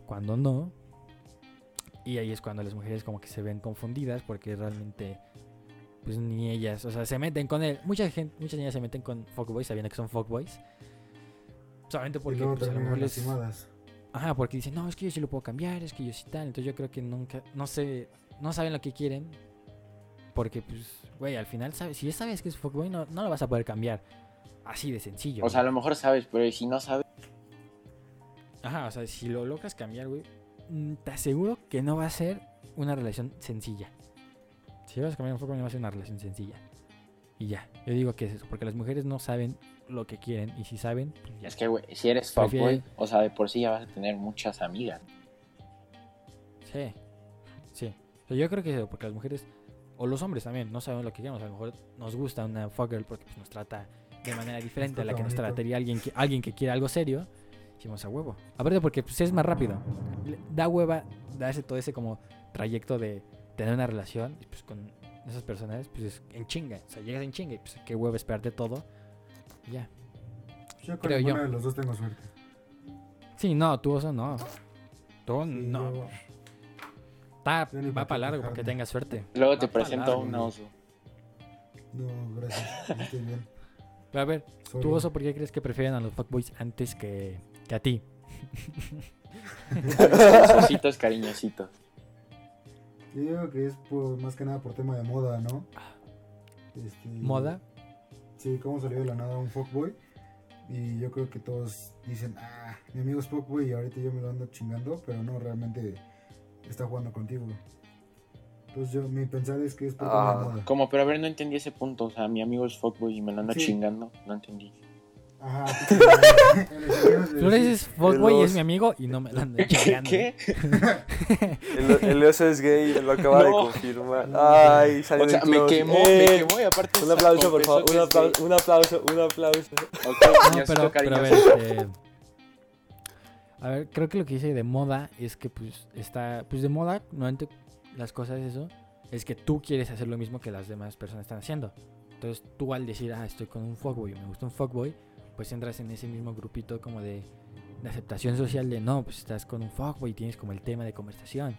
S3: cuando no. Y ahí es cuando las mujeres como que se ven confundidas porque realmente pues ni ellas, o sea, se meten con él. Mucha gente, muchas niñas se meten con fuckboys sabiendo que son fuckboys. Solamente
S2: Y
S3: porque
S2: luego
S3: pues, a lo
S2: terminan
S3: mejor les,
S2: lastimadas.
S3: Ajá, porque dicen, no, es que yo sí lo puedo cambiar, es que yo sí tal. Entonces yo creo que nunca, no sé, no saben lo que quieren. Porque, pues, güey, al final, sabes, si ya sabes que es fuckboy, no, no lo vas a poder cambiar. Así de sencillo.
S5: O sea, a
S3: güey.
S5: lo mejor sabes, pero si no sabes,
S3: Ajá, o sea, si lo logras cambiar, güey, mm, te aseguro que no va a ser una relación sencilla. Si vas a cambiar un fuckboy, no va a ser una relación sencilla. Y ya, yo digo que es eso, porque las mujeres no saben lo que quieren. Y si saben, pues ya.
S5: es que, güey, si eres
S3: Prefiere-
S5: fuckboy, o sea, de por sí ya vas a tener muchas amigas.
S3: Sí, sí. O sea, yo creo que eso, porque las mujeres, o los hombres también, no sabemos lo que queremos. A lo mejor nos gusta una fuckgirl porque pues, nos trata de manera diferente a la que nos
S2: bonito.
S3: trataría alguien que, alguien que quiere algo serio. Hicimos a huevo. Aparte porque pues, es más rápido. Le- Da hueva darse todo ese como trayecto de tener una relación y, pues, con esas personas, pues es en chinga. O sea, llegas en chinga y pues qué hueva esperarte todo. Y ya.
S2: Yo con
S3: creo yo.
S2: ninguno de los dos tengo suerte.
S3: Sí, no, tú oso no. Tú
S2: Sí,
S3: Mm, no.
S2: yo-
S3: Ta-
S2: yo ni pa'
S3: va
S2: qué
S3: para largo para que
S2: quejarme.
S3: tengas suerte.
S5: Luego te
S3: Va
S5: presento a
S3: palabra,
S5: un
S2: güey.
S5: oso.
S2: No, gracias. Estoy bien.
S3: Pero a ver,
S2: Solo.
S3: ¿Tú, Oso, por qué crees que prefieren a los fuckboys antes que, que a ti?
S5: Los ositos cariñositos.
S2: Yo digo que es por, más que nada por tema de moda, ¿no? Este,
S3: ¿Moda?
S2: Sí, cómo salió de la nada un fuckboy. Y yo creo que todos dicen, ah, mi amigo es fuckboy y ahorita yo me lo ando chingando, pero no, realmente está jugando contigo. Entonces yo, mi pensar es que es por tema
S4: Ah,
S2: de moda.
S5: Como, pero a ver, no entendí ese punto. O sea, mi amigo es fuckboy y me lo anda
S2: Sí.
S5: chingando. No entendí.
S2: Ajá. En los amigos de-
S3: Flores es fuckboy,
S4: los-
S3: es mi amigo y no me lo ando chingando.
S5: ¿Qué?
S4: El, el oso es gay, lo acaba de
S5: No.
S4: confirmar. Ay, salió
S5: O sea,
S4: del
S5: me
S4: closet.
S5: quemó,
S4: Eh,
S5: me quemó y aparte.
S4: Un
S5: sa-
S4: aplauso, por favor. Un
S5: confesó que
S4: aplauso, un aplauso, un aplauso.
S5: es gay. Ok,
S3: No,
S5: señorcito
S3: pero, pero a ver,
S5: cariñoso.
S3: este, a ver, creo que lo que hice de moda es que pues está, pues de moda, normalmente las cosas eso, es que tú quieres hacer lo mismo que las demás personas están haciendo. Entonces tú al decir, ah, estoy con un fuckboy, me gusta un fuckboy, pues entras en ese mismo grupito como de, de aceptación social de, no, pues estás con un fuckboy y tienes como el tema de conversación.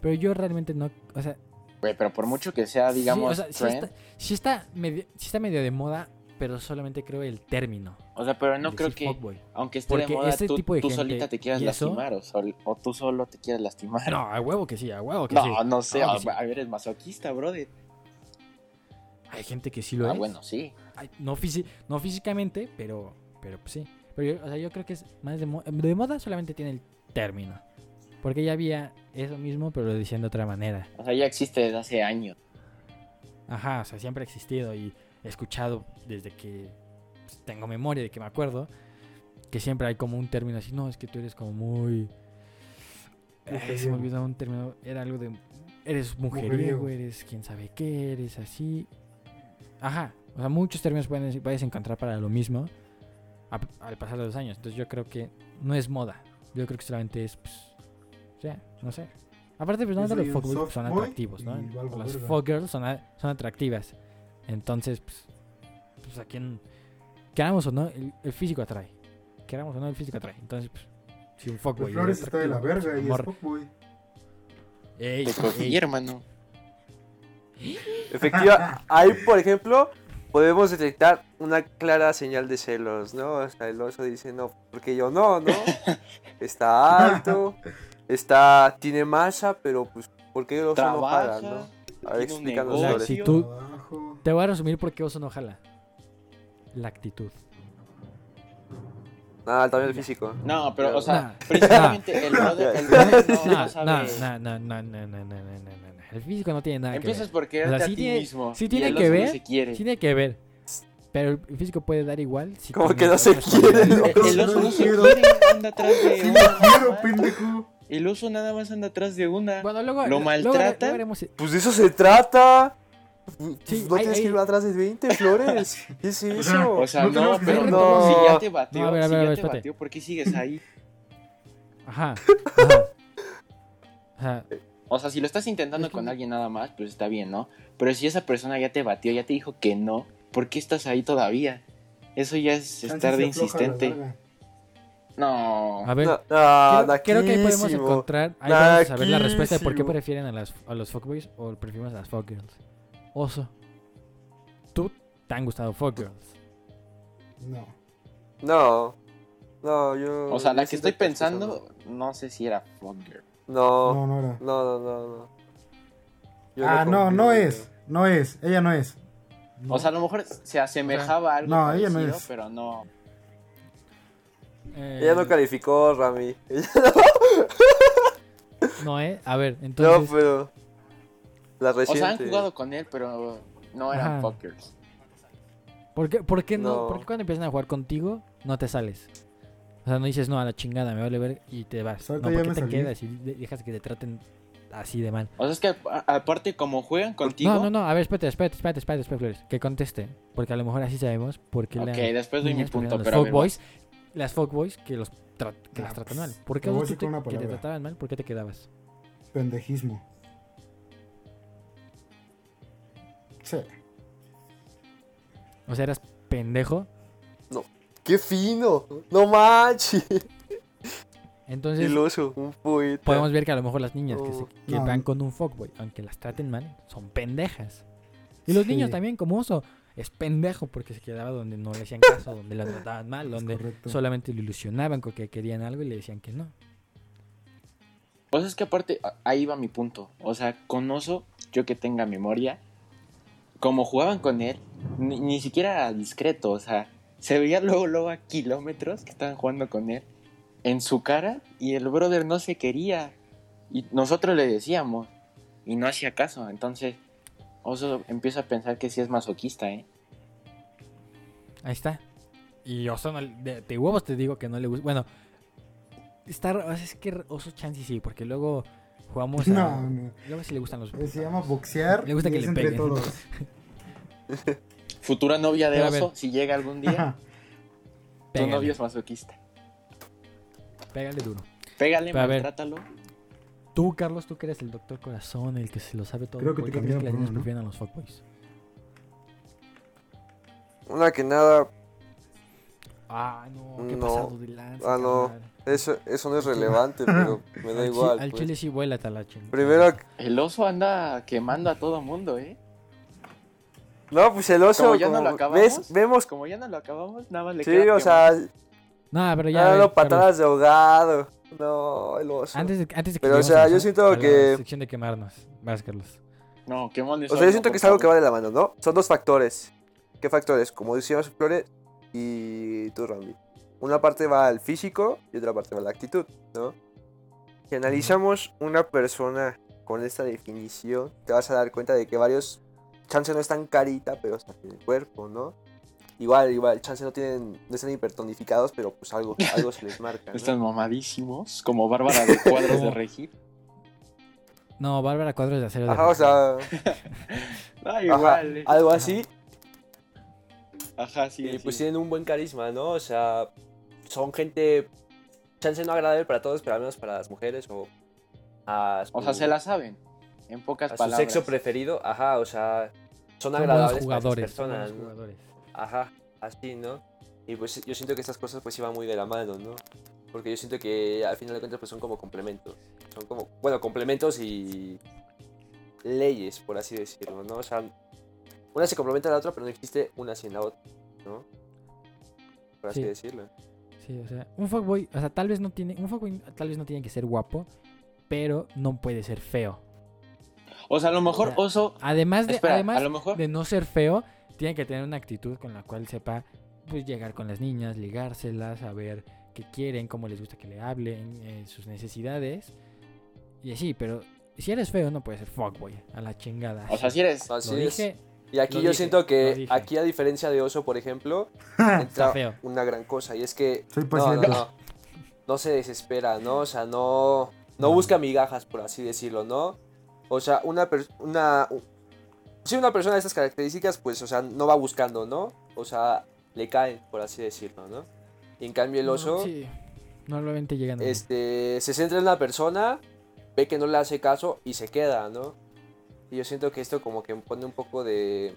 S3: Pero yo realmente no, o sea,
S5: Güey, pero por mucho que sea,
S3: Sí,
S5: Ah, digamos,
S3: o sea, sí
S5: trend,
S3: está, sí está medio, sí está medio de moda, pero solamente creo el término.
S5: o sea, pero no
S3: el
S5: creo
S3: decir
S5: que,
S3: fuckboy.
S5: aunque esté
S3: Porque
S5: de moda,
S3: este
S5: tú,
S3: tipo de
S5: tú
S3: gente
S5: solita te quieras
S3: y eso-
S5: lastimar o, sol- o tú solo te quieras lastimar.
S3: No, a huevo que sí, a huevo que
S5: no,
S3: sí.
S5: no sé,
S3: Ah,
S5: a,
S3: que sí.
S5: a ver, eres masoquista, brother.
S3: Hay gente que sí lo
S5: Ah,
S3: es.
S5: bueno, sí.
S3: Ay, no, fisi- no físicamente, pero, pero pues, sí. Pero yo, o sea, yo creo que es más de, mo- de moda, solamente tiene el término. Porque ya había eso mismo, pero lo decían de otra manera.
S5: O sea, ya existe desde hace años.
S3: Ajá, o sea, siempre ha existido y he escuchado desde que pues, tengo memoria, de que me acuerdo, que siempre hay como un término así, no, es que tú eres como muy... Ay, se me
S2: Mujeriego.
S3: olvidó un término, era algo de... Eres
S2: Mujeriego.
S3: mujeriego, eres quién sabe qué, eres así. Ajá, o sea, muchos términos pueden, puedes encontrar para lo mismo a- al pasar de los años. Entonces yo creo que no es moda, yo creo que solamente es, pues, o sea, no sé. Aparte, pues
S2: Yo
S3: no todos los
S2: soy un
S3: fuckboys son
S2: softboy
S3: atractivos, ¿no?
S2: y valgo
S3: Las
S2: verga.
S3: fuckgirls son, a- son atractivas. Entonces, pues, pues a quien queramos o no, el, el físico atrae. Queramos o no, el físico atrae. Entonces, pues, si un
S2: Pues
S3: fuckboy. es
S2: Flores está de la
S3: atractivo,
S2: verga
S3: pues,
S2: y es
S3: amor.
S2: fuckboy.
S3: Ey,
S5: Te cogí,
S3: ey,
S5: Pues hermano.
S4: Efectiva. Ahí, por ejemplo, podemos detectar una clara señal de celos, ¿no? O sea, el oso dice, no, porque yo no, ¿no? Está alto, está, tiene masa, pero pues, ¿por qué el oso no
S5: Trabaja.
S4: jala, no? A
S5: tiene
S4: ver,
S5: un
S4: explícanos,
S5: negocio.
S4: Flores.
S3: Si tú-
S2: Abajo.
S3: Te voy a resumir por qué Oso no jala. La actitud.
S4: Nada, también el físico.
S5: No, pero, o sea,
S3: Nah.
S5: principalmente el brother, el brother no, no
S3: No, no,
S5: sabe.
S3: no, no, no, no, no, no, no, no, no. El físico no tiene nada que ver.
S5: Empiezas por quererte
S3: O sea, sí
S5: a ti
S3: tiene-
S5: mismo.
S3: sí
S5: y
S3: tiene
S5: el
S3: que
S5: oso no
S3: ver,
S5: se quiere.
S3: Tiene que ver. Pero el físico puede dar igual. Si
S4: Como
S3: tiene
S4: que no se
S3: otras
S4: quiere,
S3: cualidades.
S4: ¿no?
S5: El
S2: No
S5: oso no se
S2: quiero.
S5: quiere, anda atrás de
S2: Sí,
S5: una.
S2: lo quiero, pendejo.
S5: El oso nada más anda atrás de una.
S3: Bueno, luego.
S5: ¿Lo
S3: luego- luego
S5: maltratan?
S3: veremos si-
S4: Pues de eso se trata.
S3: Sí,
S4: no
S3: ahí-
S4: tienes
S3: ahí-
S4: que ir atrás de 20, Flores. ¿Qué es
S2: O sea,
S4: eso?
S5: O sea,
S2: No
S5: no,
S2: tenemos que
S5: pero
S4: ver
S5: no. si
S4: cómo-
S5: ya te batió,
S3: No, a ver, a ver, a
S5: si
S3: ver,
S5: ya te
S3: espérate.
S5: batió, ¿por qué sigues ahí?
S3: Ajá. ajá. Ajá.
S5: O sea, si lo estás intentando
S3: Es que-
S5: con alguien nada más, pues está bien, ¿no? Pero si esa persona ya te batió, ya te dijo que no, ¿por qué estás ahí todavía? Eso ya es estar
S2: Chances
S5: de
S2: se afloja la
S5: insistente.
S2: verga.
S5: No.
S3: A ver.
S4: No,
S3: creo-
S4: no,
S3: creo, que ahí podemos
S4: naquísimo.
S3: encontrar. Ahí vamos a ver la respuesta de por qué
S4: Naquísimo.
S3: prefieren a, las, a los fuckboys o preferimos a las fuckgirls. Oso. ¿Tú te han gustado fuckgirls?
S2: No.
S4: No. No, yo.
S5: O sea, la
S4: yo
S5: que
S4: siento
S5: estoy
S4: pues,
S5: pensando, no sé si era Funger.
S4: No.
S2: No, no era.
S4: No, no, no, no. Yo
S2: ah, no,
S4: confío
S2: no
S4: en
S2: es. No es. Ella no es.
S5: O sea, a lo mejor se asemejaba a algo
S2: no, ella no
S5: parecido,
S2: es.
S5: pero no.
S3: Eh,
S4: ello. Ella no calificó, Rami. Ella-
S3: no, ¿eh? A ver, entonces.
S4: No, pero. La
S5: O
S4: reciente.
S5: sea, han jugado con él, pero no
S3: Ajá.
S5: eran fuckers.
S3: ¿Por qué, por qué no?
S4: No.
S3: ¿Por qué cuando empiezan a jugar contigo no te sales? O sea, no dices, no, a la chingada, me vale ver y te vas.
S2: Ahorita
S3: No, ¿por
S2: ya
S3: qué
S2: me
S3: te
S2: salí.
S3: quedas y de- dejas que te traten así de mal?
S5: O sea, es que a- aparte, como juegan contigo.
S3: No, no, no, a ver, espérate, espérate, espérate, espérate, espérate, Flores, que conteste. Porque a lo mejor así sabemos por qué
S5: Ok,
S3: las
S5: después doy mi
S3: niñas prefieren a
S5: punto,
S3: los
S5: pero. a ver,
S3: fuckboys, las fuckboys que, los tra- que
S2: Ah,
S3: las tratan mal.
S2: pues,
S3: ¿Por qué
S2: te voy a
S3: tú
S2: decir
S3: te-
S2: con una
S3: que te
S2: palabra.
S3: trataban mal? ¿Por qué te quedabas?
S2: Pendejismo. Sí.
S3: O sea, eras pendejo.
S4: ¡Qué fino! ¡No manches!
S3: Entonces,
S4: El oso, un poeta.
S3: podemos ver que a lo mejor las niñas que, se-
S4: Oh.
S3: que
S2: No.
S3: van con un fuckboy, aunque las traten mal, son pendejas. Y los niños
S2: Sí.
S3: también, como oso, es pendejo porque se quedaba donde no le hacían caso, donde la trataban mal, donde
S2: correcto.
S3: solamente lo ilusionaban con que querían algo y le decían que no.
S5: O sea, Pues es que aparte, a- ahí va mi punto. O sea, con Oso, yo que tenga memoria, como jugaban con él, ni, ni siquiera era discreto. O sea, se veía luego, luego a kilómetros que estaban jugando con él en su cara y el brother no se quería. Y nosotros le decíamos y no hacía caso. Entonces, Oso empieza a pensar que sí es masoquista, ¿eh?
S3: Ahí está. Y Oso, no- de, de huevos te digo que no le gusta. Bueno, está raro, es que Oso Chance sí, porque luego jugamos a...
S2: No, no. Eh,
S3: Luego sí le gustan los...
S2: Se llama boxear.
S3: Le gusta
S2: y
S3: que
S2: es
S3: le
S2: entre
S3: peguen.
S2: todos.
S5: Futura novia de
S3: Pero a ver.
S5: oso, si llega algún día, tu
S3: Pégale,
S5: novio es masoquista.
S3: pégale duro.
S5: Pégale,
S3: Pero a ver.
S5: maltrátalo.
S3: Tú, Carlos, tú que eres el doctor corazón, el que se lo sabe todo.
S2: Creo que
S3: ¿por
S2: te
S3: qué crees
S2: cambiaron
S3: que las
S2: por
S3: niñas
S2: uno, ¿no?
S3: prefieren a los fuckboys?
S4: Una que nada,
S3: Ah, no, qué
S4: No.
S3: pasado de lanza.
S4: Ah, no.
S3: carnal.
S4: eso, eso no es relevante, pero me da
S3: Al chi-
S4: igual.
S3: Al
S4: pues.
S3: chile sí vuela talache. ¿no?
S4: Primero,
S5: El oso anda quemando a todo mundo, ¿eh?
S4: no, pues el oso.
S5: Como ya no lo acabamos.
S4: ¿ves? Vemos.
S5: Como ya no lo acabamos, nada más le
S4: Sí,
S5: queda
S4: o sea,
S3: No, pero ya. a
S4: ya
S3: ver,
S4: no
S3: Carlos,
S4: patadas de ahogado. No, el oso.
S3: Antes de, antes de que
S4: Pero, o
S3: lleguemos
S4: sea,
S3: a
S4: yo
S3: la-
S4: siento
S3: a la
S4: que-
S3: sección de quemarnos. Vas, Carlos.
S5: quemar. No, quémale
S4: O sea,
S5: solo,
S4: yo siento
S5: por
S4: que es algo que va
S5: favor.
S4: de la mano, ¿no? Son dos factores. ¿Qué factores? Como decíamos, Flores y tú, Rambi. Una parte va al físico y otra parte va a la actitud, ¿no? Si analizamos una persona con esta definición, te vas a dar cuenta de que varios. Chance no están carita, pero están en el cuerpo, ¿no? Igual, igual, chance no tienen, no están hipertonificados, pero pues algo, algo se les marca. ¿no?
S5: Están mamadísimos, como Bárbara de Cuadros de
S3: Como-
S5: Regir.
S3: No, Bárbara Cuadros de Acero. de
S4: Ajá, o sea,
S5: Ah,
S4: ajá,
S5: igual. eh. Ajá,
S4: algo así,
S5: sí,
S4: Y
S5: Eh, sí.
S4: pues tienen un buen carisma, ¿no? O sea, son gente. Chance no agradable para todos, pero al menos para las mujeres o. A su,
S5: O sea, se la saben. En pocas
S4: a su
S5: palabras.
S4: sexo preferido, ajá, o sea,
S3: Son
S4: son,
S3: buenos
S4: agradables
S3: jugadores. son
S4: para las personas,
S3: buenos
S4: ¿no?
S3: jugadores.
S4: Ajá, así, ¿no? Y pues yo siento que estas cosas pues iban muy de la mano, ¿no? Porque yo siento que al final de cuentas pues son como complementos. Son como, bueno, complementos y leyes, por así decirlo, ¿no? O sea, una se complementa a la otra, pero no existe una sin la otra, ¿no? Por así
S3: Sí.
S4: decirlo.
S3: Sí, o sea, un fuckboy, o sea, tal vez no tiene, un fuckboy tal vez no tiene que ser guapo, pero no puede ser feo.
S5: O sea, a lo mejor
S3: Ya.
S5: oso.
S3: Además de,
S5: Espera,
S3: además
S5: a lo mejor.
S3: de no ser feo, tiene que tener una actitud con la cual sepa pues llegar con las niñas, ligárselas, saber qué quieren, cómo les gusta que le hablen, eh, sus necesidades. Y así, pero si eres feo no puedes ser fuckboy, a la chingada.
S5: O sea, si eres.
S4: Así
S3: lo
S4: es.
S3: dije,
S4: Y aquí
S3: Lo
S4: yo
S3: dije,
S4: siento
S3: lo
S4: que,
S3: dije.
S4: aquí a diferencia de Oso, por ejemplo,
S3: Está
S4: entra
S3: feo.
S4: una gran cosa. Y es que
S2: Soy
S4: no, no,
S2: paciente.
S4: no, no se desespera, ¿no? O sea, no, no busca migajas, por así decirlo, ¿no? O sea, una persona... Si una persona de estas características, pues, o sea, no va buscando, ¿no? O sea, le caen, por así decirlo, ¿no? Y en cambio el
S3: No,
S4: oso
S3: sí, normalmente llegan a-
S4: este, se centra en la persona, ve que no le hace caso y se queda, ¿no? Y yo siento que esto como que pone un poco de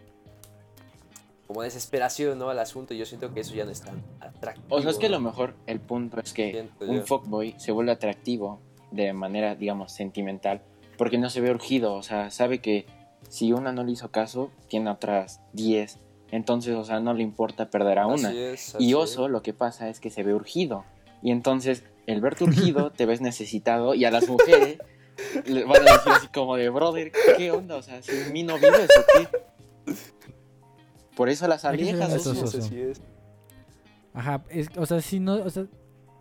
S4: como desesperación, ¿no? Al asunto, y yo siento que eso ya no es tan atractivo.
S5: O sea, es que a lo
S4: ¿no?
S5: mejor el punto es que
S4: Siento
S5: un
S4: yo.
S5: fuckboy se vuelve atractivo de manera, digamos, sentimental. Porque no se ve urgido. O sea, sabe que si una no le hizo caso, tiene otras 10. Entonces, o sea, no le importa perder a una.
S4: Así es, así
S5: Y
S4: es.
S5: oso lo que pasa es que se ve urgido. Y entonces, el verte urgido, te ves necesitado y a las mujeres le van a decir así como de, brother, ¿qué onda? O sea, si mí no vives o qué. Por eso las
S3: Aquí se ven
S5: alejas,
S3: estos
S5: oso.
S3: osos.
S4: Así es.
S3: Ajá, es, o sea, si no, o sea,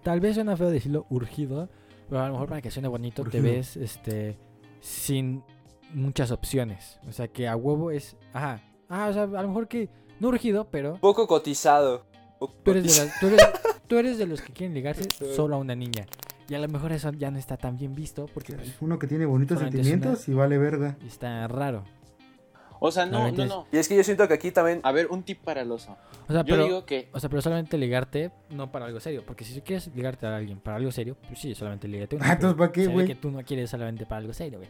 S3: tal vez suena feo decirlo urgido, pero a lo mejor para que suene bonito
S2: Urgido.
S3: te ves, este, sin muchas opciones. O sea, que a huevo es, ajá, ah, o sea, a lo mejor que, no urgido, pero
S4: Poco cotizado. poco
S3: tú eres de,
S4: cotizado.
S3: las- tú eres, tú eres de los que quieren ligarse
S4: Sí.
S3: solo a una niña. Y a lo mejor eso ya no está tan bien visto porque pues,
S2: Uno que tiene bonitos
S3: Solamente
S2: sentimientos y vale verga.
S3: está raro.
S5: O sea, no, no,
S3: Realmente
S5: no.
S4: Y es que yo siento que aquí también
S5: A ver, un tip para el oso.
S3: O sea,
S5: Yo
S3: Ah, pero,
S5: digo que
S3: o sea, pero solamente ligarte no para algo serio, porque si tú quieres ligarte a alguien para algo serio, pues sí, solamente ligarte a una,
S2: Ah, entonces,
S3: pero
S2: ¿para qué,
S3: se ve
S2: güey?
S3: que tú no quieres solamente para algo serio, güey.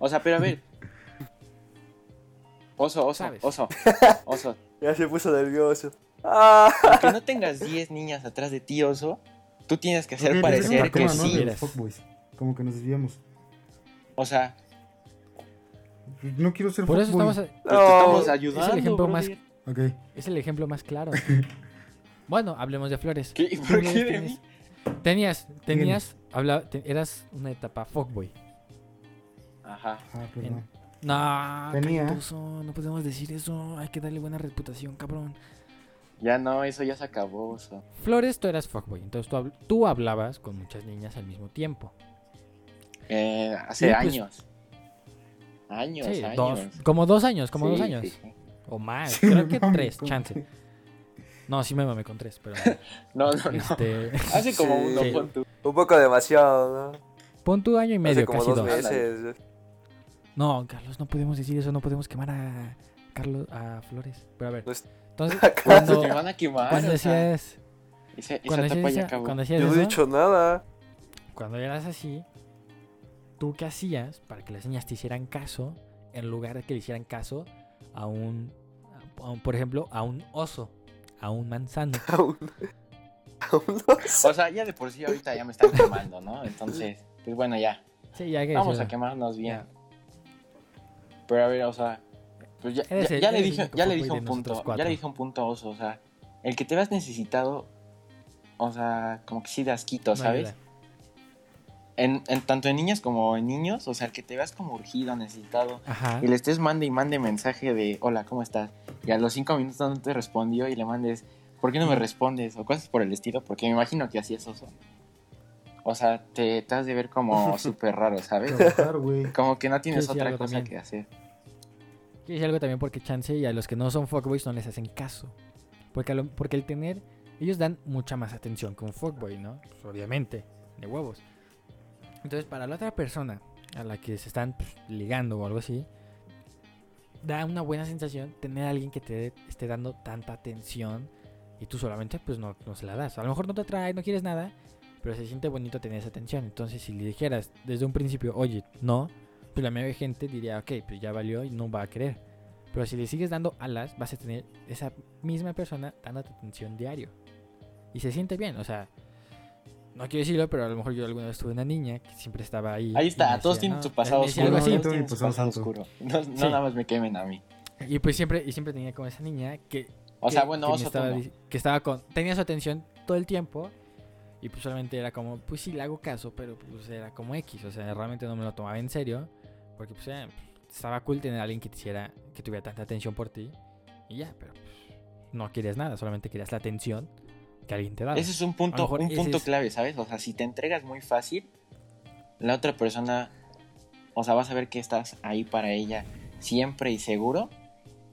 S5: O sea, pero a ver. Oso, oso,
S3: Sabes.
S5: oso, oso.
S4: ya se puso nervioso. Ah,
S5: Aunque no tengas 10 niñas atrás de ti, oso, tú tienes que
S2: Ok,
S5: hacer
S2: tenemos
S5: parecer
S2: una
S5: que
S2: coma, ¿no?
S5: sí.
S2: de los fuckboys. Como que nos desviamos.
S5: O sea,
S2: No quiero ser
S3: Por eso
S2: fuckboy.
S3: estamos,
S5: pues te estamos
S4: no.
S5: ayudando.
S3: ejemplo más-
S5: brother.
S2: Ok.
S3: Es el ejemplo más claro. bueno, hablemos de flores.
S5: ¿Qué? ¿Y
S3: Tú
S5: por
S3: una
S5: qué
S3: vez
S5: de mí?
S3: Tenías, tenías, habla- te- eras una etapa fuckboy.
S5: Ajá.
S2: Ah, perdón.
S3: No,
S2: Tenía.
S3: Caritoso, no podemos decir eso. Hay que darle buena reputación, cabrón.
S5: Ya no, eso ya se acabó, oso.
S3: Flores, tú eras fuckboy. Entonces tú, habl- tú hablabas con muchas niñas al mismo tiempo.
S5: Eh, hace
S3: Sí, pues-
S5: años. Años,
S3: Sí,
S5: años.
S3: dos, como dos años, como
S5: Sí,
S3: dos años.
S5: sí, sí.
S3: O más,
S2: Sí,
S3: creo
S2: no
S3: que
S2: mames,
S3: tres,
S2: ¿cómo
S3: chance.
S2: que?
S3: No, sí me mamé con tres, pero.
S5: No, no, no.
S3: este,
S5: Hace como
S4: Sí.
S5: uno,
S3: Sí.
S5: pon tú.
S4: Un poco demasiado, ¿no?
S3: pon tu año y
S4: Hace
S3: medio,
S4: como
S3: casi
S4: dos
S3: dos.
S4: meses.
S3: No, Carlos, no podemos decir eso, no podemos quemar a Carlos, a Flores. Pero a ver.
S4: No
S5: Pues,
S4: es-
S3: Entonces,
S5: Cuando
S3: cuando,
S5: te van a quemar.
S3: cuando
S5: o sea,
S3: decías.
S5: esa, esa
S3: Cuando
S5: etapa
S3: decías,
S5: ya
S3: esa-
S5: acabó.
S3: cuando decías
S4: Yo no he
S3: eso,
S4: dicho nada.
S3: cuando eras así, ¿tú qué hacías para que las niñas te hicieran caso en lugar de que le hicieran caso a un, a un- por ejemplo, a un oso, a un manzano?
S4: Aún, aún no sé.
S5: O sea, ya de por sí ahorita ya me están quemando, ¿no? Entonces, pues bueno, ya.
S3: Sí, ya que
S5: Vamos
S3: decirlo.
S5: a quemarnos bien.
S3: Ya.
S5: Pero a ver, o sea, pues ya,
S3: Eres
S5: ya-
S3: el-
S5: ya le
S3: eres el
S5: dije,
S3: único
S5: ya le
S3: fuckboy
S5: dije
S3: de
S5: un punto,
S3: nosotros
S5: ya
S3: cuatro.
S5: le dije un punto a oso, o sea, el que te veas necesitado, o sea, como que sí de asquito,
S3: No
S5: ¿sabes?
S3: ayuda.
S5: En, en tanto en niñas como en niños, o sea, el que te veas como urgido, necesitado,
S3: Ajá.
S5: y le estés mande y mande mensaje de hola, ¿cómo estás? Y a los cinco minutos no te respondió y le mandes, ¿por qué no me respondes? O cosas por el estilo, porque me imagino que así es oso. O sea, te, te has de ver como súper raro, ¿sabes?
S2: Trabajar, güey.
S5: Como que no tienes
S3: Sí, sí,
S5: otra
S3: algo
S5: cosa
S3: también.
S5: que hacer.
S3: Quiero decir algo también porque chance y a los que no son fuckboys no les hacen caso. Porque, a lo- porque el tener... Ellos dan mucha más atención que un fuckboy, ¿no? Pues, obviamente, de huevos. Entonces, para la otra persona a la que se están pues, ligando o algo así, da una buena sensación tener a alguien que te esté dando tanta atención y tú solamente pues no, no se la das. A lo mejor no te atrae, no quieres nada, pero se siente bonito tener esa atención. Entonces, si le dijeras desde un principio, oye, no, pues la mayoría de gente diría, ok, pues ya valió y no va a querer. Pero si le sigues dando alas, vas a tener esa misma persona dándote atención diario. Y se siente bien, o sea, no quiero decirlo, pero a lo mejor yo alguna vez tuve una niña que siempre estaba ahí.
S5: Ahí
S3: y
S5: está,
S3: me
S5: todos
S3: decía,
S5: tienen
S3: "No",
S5: su pasado
S3: me decía algo
S5: oscuro.
S2: así.
S5: Todos
S2: Yo
S5: tienen
S2: también
S5: su
S2: pasado
S5: pasado
S2: oscuro.
S5: oscuro. No, no nada más me quemen a mí.
S3: así. Y pues siempre, y siempre tenía como esa niña que
S5: O
S3: que-
S5: sea, bueno,
S3: que me
S5: oso tú
S3: estaba,
S5: no.
S3: di- que estaba con tenía su atención todo el tiempo y pues solamente era como pues sí le hago caso pero pues era como X o sea realmente no me lo tomaba en serio porque pues eh, estaba cool tener a alguien que te hiciera que tuviera tanta atención por ti y ya pero pues, no querías nada solamente querías la atención que alguien te daba
S5: Ese es un
S3: A lo
S5: punto,
S3: mejor
S5: un
S3: ese
S5: punto
S3: es-
S5: clave, ¿sabes? O sea, si te entregas muy fácil, la otra persona, o sea, vas a ver que estás ahí para ella siempre y seguro,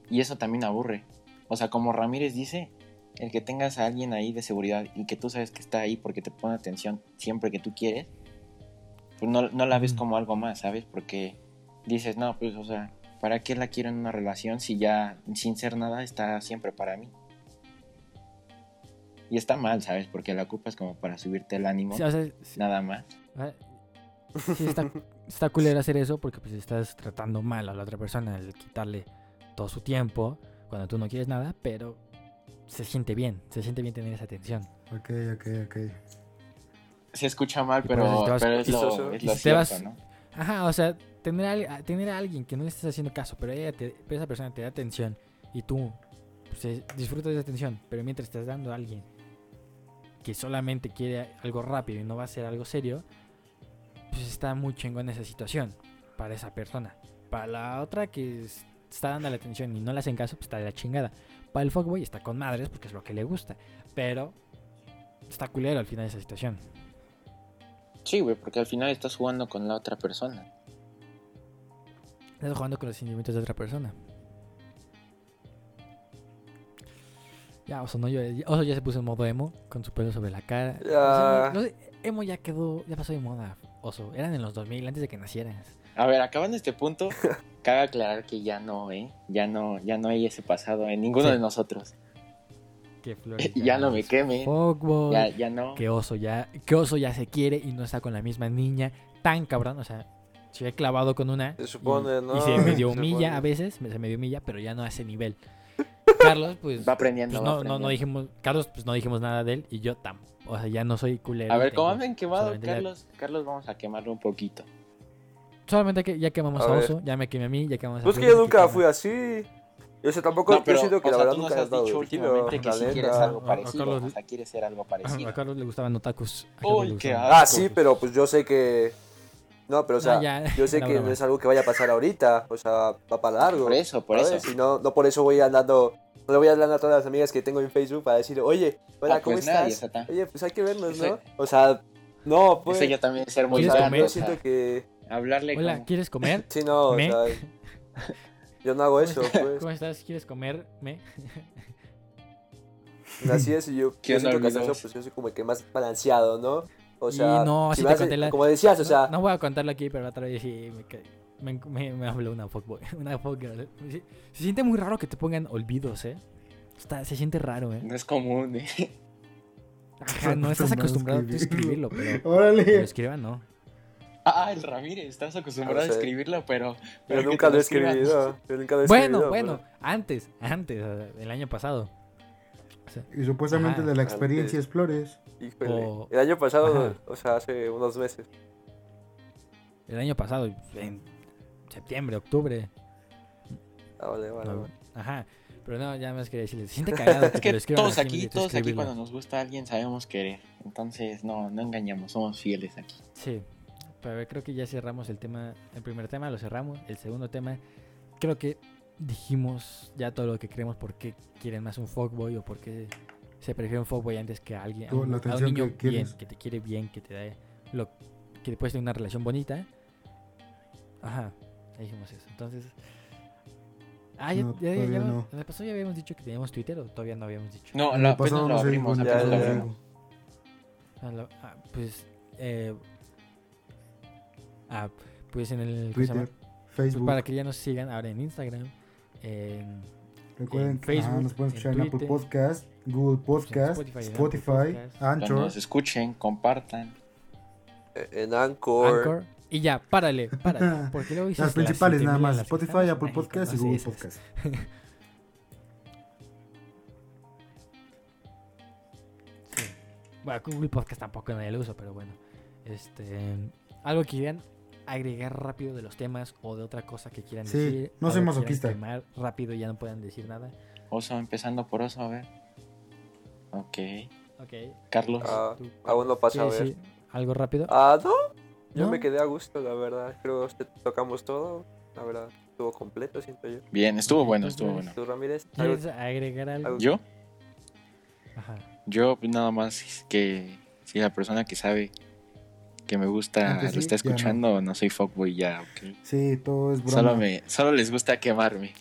S5: y eso también aburre. O sea, como Ramírez dice, el que tengas a alguien ahí de seguridad y que tú sabes que está ahí porque te pone atención siempre que tú quieres, pues no, no la ves
S3: Ujú.
S5: como algo más, ¿sabes? Porque dices, no, pues, o sea, ¿para qué la quiero en una relación si ya, sin ser nada, está siempre para mí? Y está mal, ¿sabes? Porque la ocupas como para subirte el ánimo,
S3: Sí, o sea, sí-
S5: nada más.
S3: Ah, Sí, está, está culero hacer eso porque pues estás tratando mal a la otra persona, el quitarle todo su tiempo cuando tú no quieres nada, pero se siente bien, se siente bien tener esa atención.
S2: Ok, ok, ok.
S5: Se escucha mal,
S3: Y por eso
S5: pero,
S3: si te vas-
S5: pero es
S4: y
S5: lo,
S4: so-
S5: es
S3: y
S5: lo
S3: si te vas-
S5: cierto, ¿no?
S3: Ajá, o sea, tener a, al- a- tener a alguien que no le estés haciendo caso, pero, ella te- pero esa persona te da atención y tú pues, eh, disfrutas de esa atención, pero mientras estás dando a alguien que solamente quiere algo rápido y no va a ser algo serio, pues está muy chingón esa situación para esa persona. Para la otra que es- está dando la atención y no le hacen caso, pues está de la chingada. Para el fuckboy está con madres porque es lo que le gusta, pero está culero al final de esa situación.
S5: Sí, güey, porque al final estás jugando con la otra persona.
S3: Estás jugando con los sentimientos de otra persona. Ya, Oso, no llores. Ya- Oso ya se puso en modo emo, con su pelo sobre la cara. O sea,
S4: Ya.
S3: no- no sé, emo ya quedó, ya pasó de moda, Oso. Eran en los 2000, antes de que nacieras.
S5: A ver, acabando este punto, cabe aclarar que ya no, ¿eh? Ya no, ya no hay ese pasado en ninguno
S3: Sí.
S5: de nosotros.
S3: Qué flores.
S5: ya no me queme.
S3: Fuckboy.
S5: Ya, ya no.
S3: pues, Que oso ya, que oso ya se quiere y no está con la misma niña tan cabrón, o sea, se ve clavado con una.
S4: Se
S3: y-
S4: supone,
S3: Y
S4: ¿no?
S3: se medio
S4: Se
S3: humilla
S4: supone.
S3: a veces, me- se medio humilla, pero ya no a ese nivel. Carlos, pues,
S5: Va aprendiendo,
S3: pues
S5: va
S3: no, no,
S5: aprendiendo.
S3: no dijimos, Carlos, pues no dijimos nada de él y yo tam, o sea, ya no soy culero.
S5: A ver,
S3: tengo-
S5: como han quemado,
S3: solamente la-
S5: Carlos, Carlos, vamos a quemarlo un poquito.
S3: Solamente que ya quemamos
S4: A
S3: a,
S4: ver.
S3: oso, ya me quemé a mí, ya quemamos a
S4: Pues que
S3: Felipe,
S4: yo nunca
S3: quemamos-
S4: fui así. Yo sé, tampoco,
S5: no, pero,
S4: yo siento que
S5: o
S4: la
S5: sea,
S4: verdad
S5: tú nos
S4: nunca
S5: has
S4: has dado
S5: dicho
S4: urgido,
S5: últimamente que
S4: la
S5: sí
S4: neta.
S5: quieres algo
S3: A- a
S5: parecido,
S3: Carlos-
S5: o sea, quieres ser algo
S3: A
S5: parecido.
S3: Carlos le gustaban los tacos. a
S5: Uy,
S3: Carlos le
S5: qué
S3: gustaban los
S4: Ah,
S3: tacos.
S4: sí, pero pues yo sé que... No, pero o sea,
S3: No, ya,
S4: yo sé
S3: era
S4: que no
S3: broma.
S4: es algo que vaya a pasar ahorita. O sea, va para largo.
S5: Por eso, por
S4: ¿sabes?
S5: eso.
S4: Y no, no por eso voy andando... No le voy hablando a todas las amigas que tengo en Facebook para decir, oye, hola,
S5: Ah,
S4: ¿cómo
S5: pues nadie,
S4: estás?
S5: o sea, ta-
S4: Oye, pues hay que vernos,
S5: Eso-
S4: ¿no? O sea, no, pues...
S5: Eso ya también es ser muy
S4: o
S3: ¿Quieres
S4: sea,
S5: grande,
S3: comer?
S4: yo
S5: o sea,
S4: siento que...
S5: hablarle
S3: Hola,
S5: como-
S3: ¿quieres comer?
S4: Sí, no, o
S3: Me-
S4: sea... Yo no hago eso, pues.
S3: ¿Cómo estás? ¿Quieres comerme?
S4: Así es, y yo, yo
S5: ¿Quién
S4: siento que hasta
S5: olvidó?
S4: eso, pues yo soy como el que más balanceado, ¿no? O sea,
S3: y no, si
S4: me
S3: te
S4: hace-
S3: conté la...
S4: como decías, o
S3: no-
S4: sea,
S3: No, voy a contarlo aquí, pero la otra vez sí me, ca- me, me- me habló una fuckboy. Una fuckgirl. Sí, se siente muy raro que te pongan olvidos, ¿eh? Está- se siente raro, ¿eh?
S5: No es común, ¿eh?
S3: Ajá, no estás acostumbrado tú a escribirlo, pero... Pero
S2: Órale.
S3: escriba, no.
S5: Ah, el Ramírez, estás acostumbrado
S4: No sé.
S5: a escribirlo, pero.
S4: yo
S5: que
S4: nunca
S5: te
S4: lo he escribido. Yo nunca lo he
S3: Bueno,
S4: escribido,
S3: bueno,
S4: pues.
S3: antes, antes, o sea, el año pasado.
S2: Y supuestamente
S3: Ajá.
S2: de la experiencia
S4: Antes.
S2: explores.
S4: Híjole.
S3: O-
S4: El año pasado,
S3: Ajá.
S4: o sea, hace unos meses.
S3: El año pasado, en septiembre, octubre.
S4: Ah, vale, vale,
S3: no-
S4: vale.
S3: Ajá. Pero no, ya más quería decirles, se siente cagado que,
S5: Es
S3: te lo
S5: que
S3: escriban
S5: todos
S3: así en
S5: aquí,
S3: vez de tú
S5: todos aquí
S3: escribirlo.
S5: cuando nos gusta a alguien sabemos querer. Entonces, no, no engañamos, somos fieles aquí.
S3: Sí, pero a ver, creo que ya cerramos el tema. El primer tema lo cerramos. El segundo tema, creo que dijimos ya todo lo que creemos por qué quieren más un fuckboy o por qué se prefiere un fuckboy antes que a alguien. A
S2: Con
S3: un,
S2: la
S3: a un
S2: atención
S3: niño
S2: que quieres.
S3: bien, que te quiere bien, que te da lo que puedes tener una relación bonita. Ajá, ya dijimos eso. Entonces. Ah, ya,
S2: No,
S3: ya, ya,
S2: todavía
S3: ya-
S2: no.
S3: ¿en el pasado ya habíamos dicho que teníamos Twitter o todavía no habíamos dicho.
S5: No,
S2: El
S5: lo, apenas
S2: pasado
S5: lo
S2: no se dijo,
S5: abrimos.
S2: en el
S4: ya,
S5: apenas
S2: pasado
S5: lo
S2: no se
S4: ya.
S5: abrimos.
S2: dijo.
S3: Ah, la- ah, pues. eh, ah, pues en el. ¿cómo se llama?
S2: Twitter,
S3: Pues
S2: Facebook.
S3: para que ya nos sigan ahora en Instagram, en, en
S2: Recuerden que ajá,
S3: Facebook,
S2: nos pueden
S3: en
S2: escuchar en Apple
S3: Twitter.
S2: Podcast, Google Podcast,
S3: Spotify, en Apple
S2: Spotify,
S3: Podcast.
S5: Cuando
S2: Anchor.
S5: nos escuchen, compartan.
S4: Eh, En Anchor.
S3: Anchor. Y ya, párale, párale. Porque luego dices
S2: Las
S3: que
S2: principales
S3: siete
S2: nada
S3: mil,
S2: más,
S3: las que
S2: Spotify,
S3: estamos en
S2: Apple
S3: México,
S2: Podcast y
S3: no sé,
S2: Google
S3: esas.
S2: Podcast.
S3: Sí. Bueno, Google Podcast tampoco nadie lo usa, pero bueno. Este, algo que quieran agregar rápido de los temas o de otra cosa que quieran
S2: Sí,
S3: decir.
S2: no soy
S3: algo que
S2: masoquista.
S3: quieran quemar rápido y ya no puedan decir nada.
S5: Oso, empezando por Oso, a ver. Ok.
S3: Ok.
S5: Carlos.
S4: Ah,
S3: Tú,
S4: aún no pasa, a
S3: ¿quieres
S4: ver.
S3: decir algo rápido?
S4: Ah, no. Yo
S3: ¿No?
S4: me quedé a gusto, la verdad. Creo que tocamos todo. La verdad, estuvo completo, siento yo.
S5: Bien, estuvo bueno,
S3: Entonces,
S5: estuvo bueno.
S4: ¿Tú, Ramírez? algo-
S3: ¿Quieres agregar algo?
S4: algo-
S5: Yo,
S3: Ajá.
S5: yo pues, nada más que si la persona que sabe que me gusta
S2: Antes sí,
S5: lo está
S2: ya no.
S5: escuchando, no. soy fuckboy ya, ok.
S2: Sí, todo es broma.
S5: Solo, me, solo les gusta quemarme.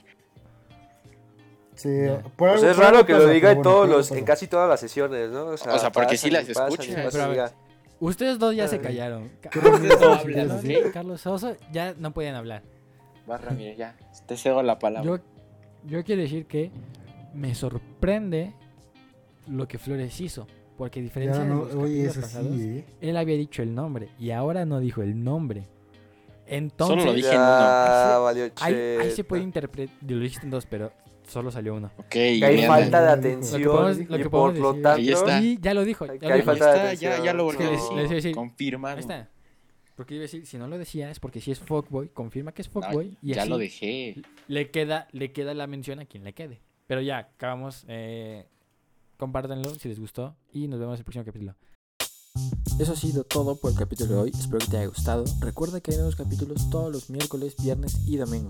S2: Sí,
S3: Ya.
S2: por
S4: Pues
S2: algo-
S4: es
S2: por
S4: raro
S2: algo
S4: que lo
S2: pasa,
S4: diga
S2: pero
S4: en
S2: bueno,
S4: todos
S2: por algo
S4: los, en
S2: pasa.
S4: casi todas las sesiones, ¿no? O sea,
S5: O sea, porque sí
S4: pasan y
S5: las
S4: pasan y
S5: escucho.
S4: pasan y
S3: Pero a ver,
S4: ya.
S3: Ustedes dos ya se
S4: Ay.
S3: callaron. Ca-
S5: Ustedes no
S3: Carlos
S5: hablan,
S3: Sosa-
S5: ¿ok?
S3: Carlos Sosa ya no podían hablar.
S5: Vas, Ramírez, ya. Te cedo la palabra.
S3: Yo, yo quiero decir que me sorprende lo que Flores hizo. Porque a
S2: Ya
S3: diferencia
S2: no-
S3: de los
S2: oye,
S3: capítulos
S2: eso
S3: pasados,
S2: sí, ¿eh?
S3: él había dicho el nombre y ahora no dijo el nombre. Entonces,
S5: Solo lo dije en uno.
S4: Ya,
S3: uno.
S4: valió
S3: ahí, ahí se
S4: cheta.
S3: puede interpretar. Lo dijiste en dos, pero solo salió uno.
S5: Ok,
S4: Que hay
S5: mierda.
S4: falta de
S2: Lo que
S4: atención
S3: podemos- lo
S4: y
S3: que
S4: por
S3: podemos
S4: lo
S3: decir.
S4: tanto...
S5: Ahí está.
S3: Y ya lo dijo. ya
S4: Que
S3: lo
S4: hay
S3: dijo.
S5: Ahí
S4: falta de
S5: está, ya,
S4: atención.
S5: ya lo
S4: Es
S5: volví
S4: que
S5: a
S3: les- les iba a decir-
S5: decir. Confirma.
S3: Ahí está. Porque iba a decir, si no lo decía es porque si es fuckboy, confirma que es fuckboy y
S5: ya
S3: así
S5: lo dejé.
S3: le queda le queda la mención a quien le quede. Pero ya, acabamos. Eh, compártanlo si les gustó y nos vemos en el próximo capítulo.
S1: Eso ha sido todo por el capítulo de hoy. Espero que te haya gustado. Recuerda que hay nuevos capítulos todos los miércoles, viernes y domingo.